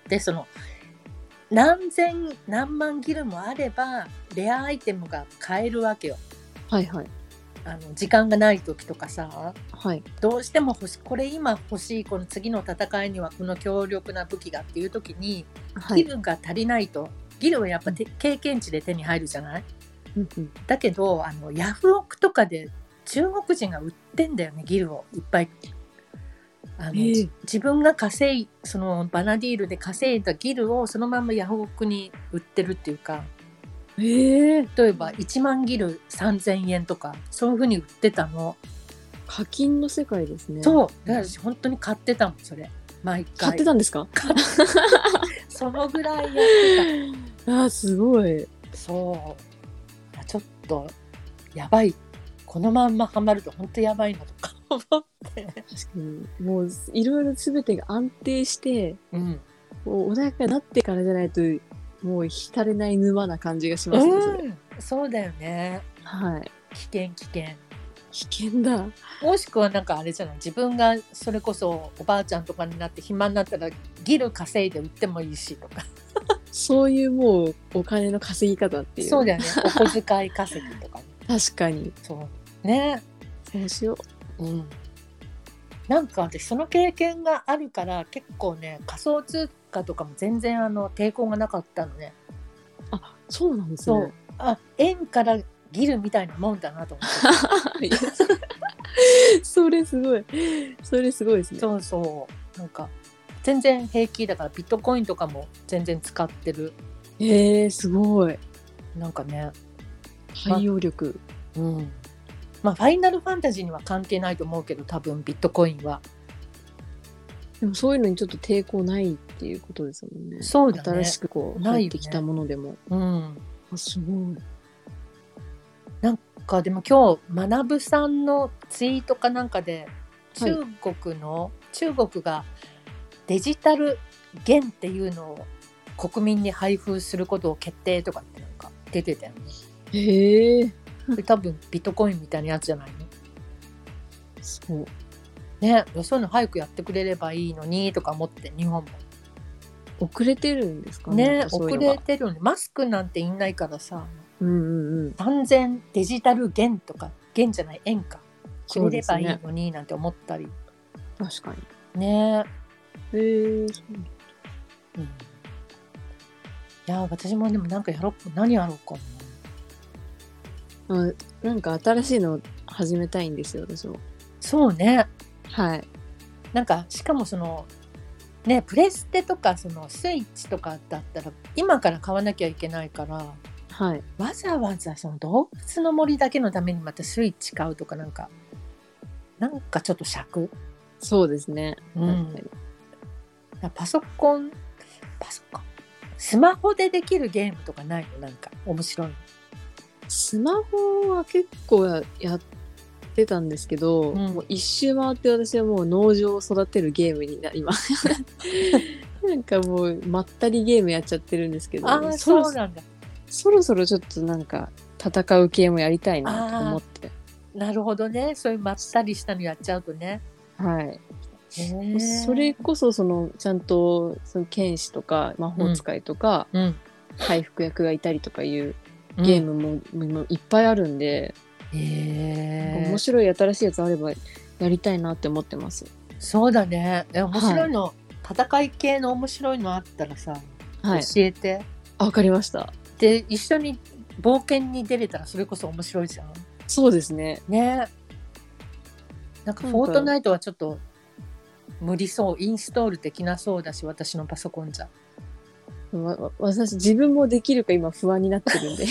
[SPEAKER 1] でその何千何万ギルもあればレアアイテムが買えるわけよ。
[SPEAKER 2] はいはい。
[SPEAKER 1] あの時間がない時とかさ
[SPEAKER 2] はい。
[SPEAKER 1] どうしても欲しいこれ今欲しいこの次の戦いにはこの強力な武器がっていう時に、
[SPEAKER 2] は
[SPEAKER 1] ギ
[SPEAKER 2] い。
[SPEAKER 1] ルが足りないとギルはやっぱて経験値で手に入るじゃない
[SPEAKER 2] うんうん
[SPEAKER 1] だけどあのヤフオクとかで中国人が売ってんだよねギルをいっぱい。あの
[SPEAKER 2] ええ
[SPEAKER 1] じ自分が稼いそのバナディールで稼いだギルをそのままヤフオクに売ってるっていうか
[SPEAKER 2] ええ
[SPEAKER 1] 例えば1万ギル3,000円とかそういうふうに売ってたの、
[SPEAKER 2] 課金の世界ですね。
[SPEAKER 1] そうだから私本当に買ってたもんそれ毎回
[SPEAKER 2] 買ってたんですか
[SPEAKER 1] そのぐらいやって
[SPEAKER 2] あーすごい。
[SPEAKER 1] た。そう。ちょっと、やばい。このまんまハマると本当やばいなとか思って。
[SPEAKER 2] 確かに。もう、いろいろ全てが安定して、
[SPEAKER 1] うん。
[SPEAKER 2] こう穏やかになってからじゃないと、もう浸れない沼な感じがしますね、それ。
[SPEAKER 1] うん、そうだよね。
[SPEAKER 2] はい。
[SPEAKER 1] 危険危険。
[SPEAKER 2] 危険だ。
[SPEAKER 1] もしくはなんかあれじゃない自分がそれこそおばあちゃんとかになって暇になったらギル稼いで売ってもいいしとか
[SPEAKER 2] そういうもう、お金の稼ぎ方っていう。
[SPEAKER 1] そうだよね お小遣い稼ぎとか
[SPEAKER 2] 確かに。
[SPEAKER 1] そうね
[SPEAKER 2] そうしよう。
[SPEAKER 1] うんなんか私その経験があるから結構ね仮想通貨とかも全然あの抵抗がなかったのね
[SPEAKER 2] そうなんです
[SPEAKER 1] そう、
[SPEAKER 2] ね。
[SPEAKER 1] あ円からギルみたいなもんだなと思って
[SPEAKER 2] いや それすごい。それすごいですね。
[SPEAKER 1] そうそうなんか全然平気だからビットコインとかも全然使ってる
[SPEAKER 2] ええー、すごい。
[SPEAKER 1] なんかね
[SPEAKER 2] 対応力。
[SPEAKER 1] うん、まあファイナルファンタジーには関係ないと思うけど多分ビットコインは
[SPEAKER 2] でもそういうのにちょっと抵抗ないっていうことですもんね。
[SPEAKER 1] そうだね
[SPEAKER 2] 新しくこう、
[SPEAKER 1] ないよね
[SPEAKER 2] 入ってきたものでも。
[SPEAKER 1] うん
[SPEAKER 2] あ、すごい。
[SPEAKER 1] かでも今日学さんのツイートかなんかで
[SPEAKER 2] はい
[SPEAKER 1] 中国の、中国がデジタル元っていうのを国民に配布することを決定とかってなんか出て たよね
[SPEAKER 2] へえ。
[SPEAKER 1] これ多分ビットコインみたいなやつじゃないの
[SPEAKER 2] そう。
[SPEAKER 1] ねそういうの早くやってくれればいいのにとか思って日本
[SPEAKER 2] 遅れてるんですか
[SPEAKER 1] も
[SPEAKER 2] ね。
[SPEAKER 1] ね
[SPEAKER 2] やっぱそうい
[SPEAKER 1] 遅
[SPEAKER 2] うのが
[SPEAKER 1] れてるのにマスクなんていんないからさ
[SPEAKER 2] うんうんうん。
[SPEAKER 1] 3000デジタル元とか元じゃない円かく
[SPEAKER 2] そう
[SPEAKER 1] れ
[SPEAKER 2] で
[SPEAKER 1] れ
[SPEAKER 2] す
[SPEAKER 1] ばいい
[SPEAKER 2] ね。
[SPEAKER 1] のになんて思ったり
[SPEAKER 2] 確かに。
[SPEAKER 1] ね
[SPEAKER 2] へ
[SPEAKER 1] う
[SPEAKER 2] え。
[SPEAKER 1] ん、いや私もでもなんかやろう何やろうかな
[SPEAKER 2] あなんか新しいのを始めたいんですよ、私も。
[SPEAKER 1] そうね
[SPEAKER 2] はい。
[SPEAKER 1] なんかしかもそのねプレステとかそのスイッチとかだったら今から買わなきゃいけないから
[SPEAKER 2] はい。
[SPEAKER 1] わざわざその洞窟の森だけのためにまたスイッチ買うとかなんかなんかちょっと尺
[SPEAKER 2] そうですね。
[SPEAKER 1] うん
[SPEAKER 2] 確かに
[SPEAKER 1] だからパソコンパソコンスマホでできるゲームとかないのなんか面白いの
[SPEAKER 2] スマホは結構ややってたんですけど、
[SPEAKER 1] うん
[SPEAKER 2] もう一周回って私はもう農場を育てるゲームにな今 なんかもうまったりゲームやっちゃってるんですけど
[SPEAKER 1] ああ
[SPEAKER 2] そろ
[SPEAKER 1] そうなんだ
[SPEAKER 2] そろそろちょっとなんか戦う系もやりたいなと思って
[SPEAKER 1] なるほどねそういうまったりしたのやっちゃうとね
[SPEAKER 2] はい
[SPEAKER 1] へえ
[SPEAKER 2] それこそそのちゃんとその剣士とか魔法使いとか、
[SPEAKER 1] うん
[SPEAKER 2] 回復役がいたりとかいうゲームも,、もういっぱいあるんで、
[SPEAKER 1] へえ
[SPEAKER 2] 面白い新しいやつあればやりたいなって思ってます
[SPEAKER 1] そうだねえ面白いの、戦い系の面白いのあったらさ、
[SPEAKER 2] はい
[SPEAKER 1] 教えて
[SPEAKER 2] あわかりました
[SPEAKER 1] で一緒に冒険に出れたらそれこそ面白いじゃん
[SPEAKER 2] そうですね。
[SPEAKER 1] ねなんか
[SPEAKER 2] なん
[SPEAKER 1] フ
[SPEAKER 2] か
[SPEAKER 1] ォートナイトはちょっと無理そうインストールできなそうだし私のパソコンじゃ
[SPEAKER 2] わわ私、自分もできるか今不安になってる んで。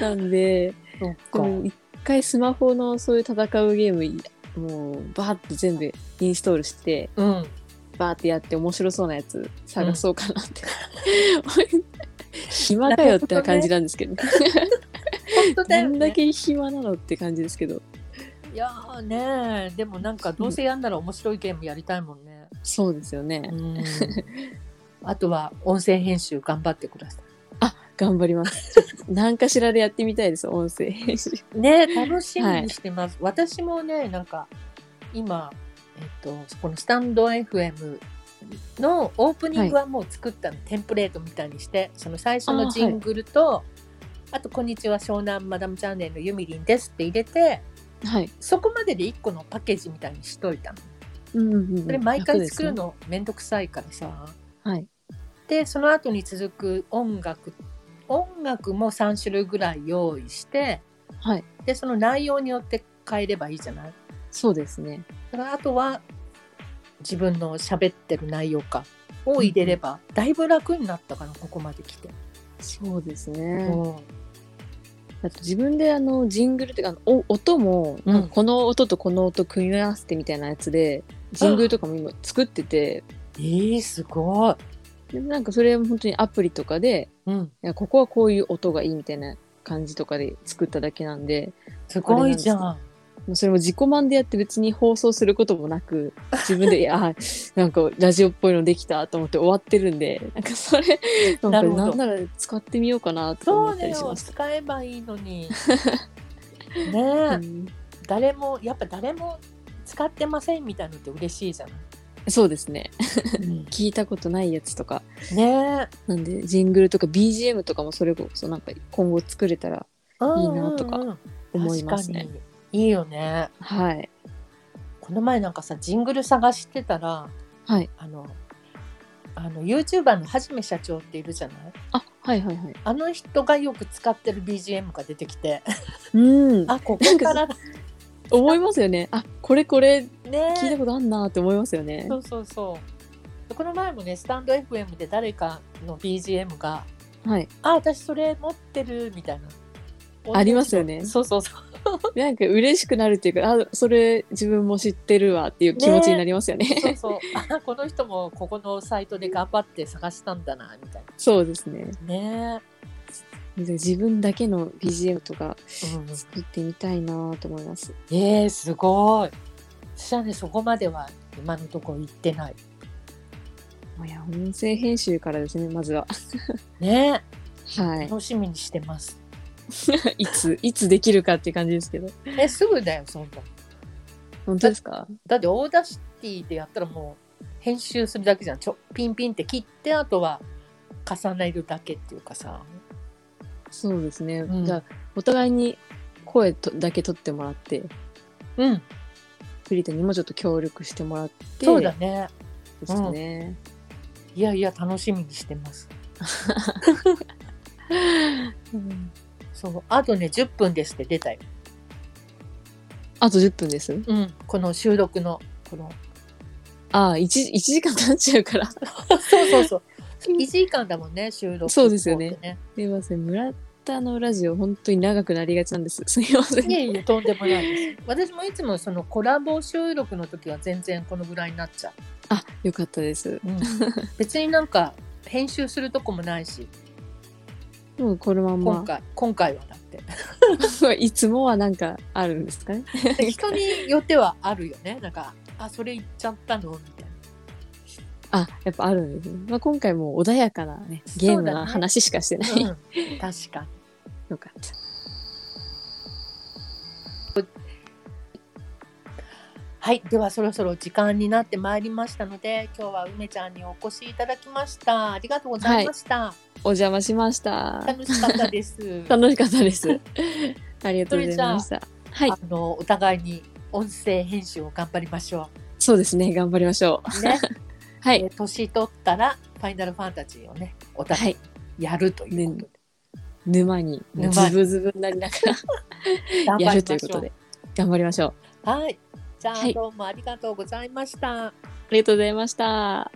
[SPEAKER 2] なんで、
[SPEAKER 1] そう
[SPEAKER 2] この一回スマホのそういう戦うゲームい、もうバーって全部インストールして、
[SPEAKER 1] うん
[SPEAKER 2] バーってやって面白そうなやつ探そうかなって。 暇かよってな感じなんですけど。
[SPEAKER 1] 本当だ
[SPEAKER 2] ど
[SPEAKER 1] よ
[SPEAKER 2] んだ
[SPEAKER 1] ね
[SPEAKER 2] け暇なのって感じですけど。
[SPEAKER 1] いやーねでもなんかどうせやんなら面白いゲームやりたいもんね
[SPEAKER 2] そうですよね。
[SPEAKER 1] うんあとは音声編集頑張ってくださ
[SPEAKER 2] あ、頑張り ます。ちょっと何かしらでやってみたいです、音声編集。
[SPEAKER 1] い。ね楽しみにしてます。私もねなんか今、えっと、このスタンド FM のオープニングはもう作ったの、テンプレートみたいにしてその最初
[SPEAKER 2] あー
[SPEAKER 1] のジングルとあ,、と「こんにちは湘南マダムチャンネルのゆみりんです」って入れて
[SPEAKER 2] はい。
[SPEAKER 1] そこまでで1個のパッケージみたいにしといたの。
[SPEAKER 2] うんうんうん
[SPEAKER 1] それ毎
[SPEAKER 2] 楽
[SPEAKER 1] 回
[SPEAKER 2] です
[SPEAKER 1] 作
[SPEAKER 2] ね
[SPEAKER 1] るのめんどくさいからさ。
[SPEAKER 2] はい。
[SPEAKER 1] でその後に続く音楽音楽も3種類ぐらい用意して
[SPEAKER 2] はい。
[SPEAKER 1] でその内容によって変えればいいじゃない
[SPEAKER 2] そうですね。
[SPEAKER 1] だからあとは自分の喋ってる内容かを入れれば、だいぶ楽になったかなここまで来て、
[SPEAKER 2] そうです
[SPEAKER 1] う
[SPEAKER 2] ね。
[SPEAKER 1] ん
[SPEAKER 2] あと自分であのジングルっていうかあのお音も、
[SPEAKER 1] うん
[SPEAKER 2] なんかこの音とこの音組み合わせてみたいなやつでジングルとかも今作ってて
[SPEAKER 1] えー、すごい
[SPEAKER 2] でなんかそれも本当にアプリとかで、
[SPEAKER 1] うん、
[SPEAKER 2] いやここはこういう音がいいみたいな感じとかで作っただけなんで、
[SPEAKER 1] すごいじゃん。
[SPEAKER 2] もうそれも自己満でやって別に放送することも なく、自分で、いや、あなんかラジオっぽいのできたと思って終わってるんで、なんか それ、なん
[SPEAKER 1] な
[SPEAKER 2] か
[SPEAKER 1] るほど
[SPEAKER 2] なんなら使ってみようかなとか
[SPEAKER 1] そ
[SPEAKER 2] 思
[SPEAKER 1] う
[SPEAKER 2] った
[SPEAKER 1] ね
[SPEAKER 2] りし
[SPEAKER 1] よ、
[SPEAKER 2] ます。
[SPEAKER 1] 使えばいいの に。ねえ、
[SPEAKER 2] うん
[SPEAKER 1] 誰も、やっぱ誰も使ってませんみたいのって嬉しいじゃん。
[SPEAKER 2] そうですね。聞いたことないやつとか。
[SPEAKER 1] ねえ。
[SPEAKER 2] なんで、ジングルとか BGM とかもそれこそなんか今後作れたらいいなとか
[SPEAKER 1] うんうんうん
[SPEAKER 2] 思いますね
[SPEAKER 1] 確。かにいいよね。
[SPEAKER 2] はい。
[SPEAKER 1] この前なんかさ、ジングル探してたら、
[SPEAKER 2] はい。
[SPEAKER 1] あの、あの YouTuber のはじめ社長っているじゃない
[SPEAKER 2] あ、はいはいはい。
[SPEAKER 1] あの人がよく使ってる BGM が出てきて
[SPEAKER 2] うん。
[SPEAKER 1] あここから
[SPEAKER 2] 思いますよね。あ、これこれ
[SPEAKER 1] ね
[SPEAKER 2] 聞いたことあんなって思いますよね
[SPEAKER 1] そ。うそうそうでこの前もねスタンド FM で誰かの BGM が
[SPEAKER 2] はい。
[SPEAKER 1] 「あ私それ持ってる」みたいな
[SPEAKER 2] ありますよね
[SPEAKER 1] そうそうそう
[SPEAKER 2] なんか嬉しくなるっていうか、あ、それ自分も知ってるわっていう気持ちになりますよね。
[SPEAKER 1] そうそう あこの人もここのサイトで頑張って探したんだなみたい
[SPEAKER 2] そうですね。
[SPEAKER 1] なね
[SPEAKER 2] 自分だけの BGM とか
[SPEAKER 1] え、うん
[SPEAKER 2] 作ってみたいなと思います。
[SPEAKER 1] えー、すごい私はねそこまでは今のところ行ってない
[SPEAKER 2] いや、音声編集からですね、まずは。
[SPEAKER 1] ね
[SPEAKER 2] は
[SPEAKER 1] え
[SPEAKER 2] い。
[SPEAKER 1] 楽しみにしてます
[SPEAKER 2] いつ、いつできるかっていう感じですけど。
[SPEAKER 1] えすぐだよそんな
[SPEAKER 2] 本当ですか
[SPEAKER 1] だってオーダーシティでやったらもう編集するだけじゃんちょピンピンって切ってあとは重ねるだけっていうかさ
[SPEAKER 2] そうですね。
[SPEAKER 1] うん
[SPEAKER 2] じゃあ、お互いに声とだけ取ってもらって、
[SPEAKER 1] うん
[SPEAKER 2] フリータにもちょっと協力してもらって、
[SPEAKER 1] そうだね
[SPEAKER 2] ですね。
[SPEAKER 1] いやいや楽しみにしてます
[SPEAKER 2] うん
[SPEAKER 1] そうあとね10分ですって出たよ、
[SPEAKER 2] あと10分です。
[SPEAKER 1] うん、この収録のこの
[SPEAKER 2] ああ、1, 一時間経っちゃうから。
[SPEAKER 1] そうそう そう1時間だもんね収録
[SPEAKER 2] そうですよね
[SPEAKER 1] って
[SPEAKER 2] すいません。村田のラジオ、本当に長くなりがちな んです。すいません。
[SPEAKER 1] いえいえとんでもないです 私もいつもそのコラボ収録の時は全然このぐらいになっちゃ
[SPEAKER 2] あ、よかったです。
[SPEAKER 1] う、うん、 別になんか編集するとこもないし
[SPEAKER 2] もうこのまん
[SPEAKER 1] 今
[SPEAKER 2] ま。
[SPEAKER 1] 回、今回はだって
[SPEAKER 2] いつもはなんかあるんですかね。
[SPEAKER 1] 人によってはあるよねなんかあそれ言っちゃったのみたいな
[SPEAKER 2] あ、やっぱあるんですね。まあ、今回も穏やかなね、ゲームな話しかしてない。
[SPEAKER 1] うん、 確かに
[SPEAKER 2] よかった。
[SPEAKER 1] はいではそろそろ時間になってまいりましたので今日は梅ちゃんにお越しいただきましたありがとうございました、
[SPEAKER 2] お邪魔しまし た。
[SPEAKER 1] 楽しかったです
[SPEAKER 2] 楽しかっ たです。ありがとうございました。はい
[SPEAKER 1] あ、のお互いに音声編集を頑張りましょ
[SPEAKER 2] そうですね。頑張りましょう。
[SPEAKER 1] うね、
[SPEAKER 2] は
[SPEAKER 1] え
[SPEAKER 2] い。
[SPEAKER 1] 年取ったらファイナルファンタジーをねお
[SPEAKER 2] は
[SPEAKER 1] 互い
[SPEAKER 2] い。
[SPEAKER 1] やるということ
[SPEAKER 2] 沼に
[SPEAKER 1] 沼に
[SPEAKER 2] ズブズブになりなが
[SPEAKER 1] で、頑
[SPEAKER 2] ら
[SPEAKER 1] 張り
[SPEAKER 2] や
[SPEAKER 1] ましょ
[SPEAKER 2] るということで、頑張りましょう。
[SPEAKER 1] はいじゃあ、
[SPEAKER 2] はい
[SPEAKER 1] どうもありがとうございました
[SPEAKER 2] ありがとうございました。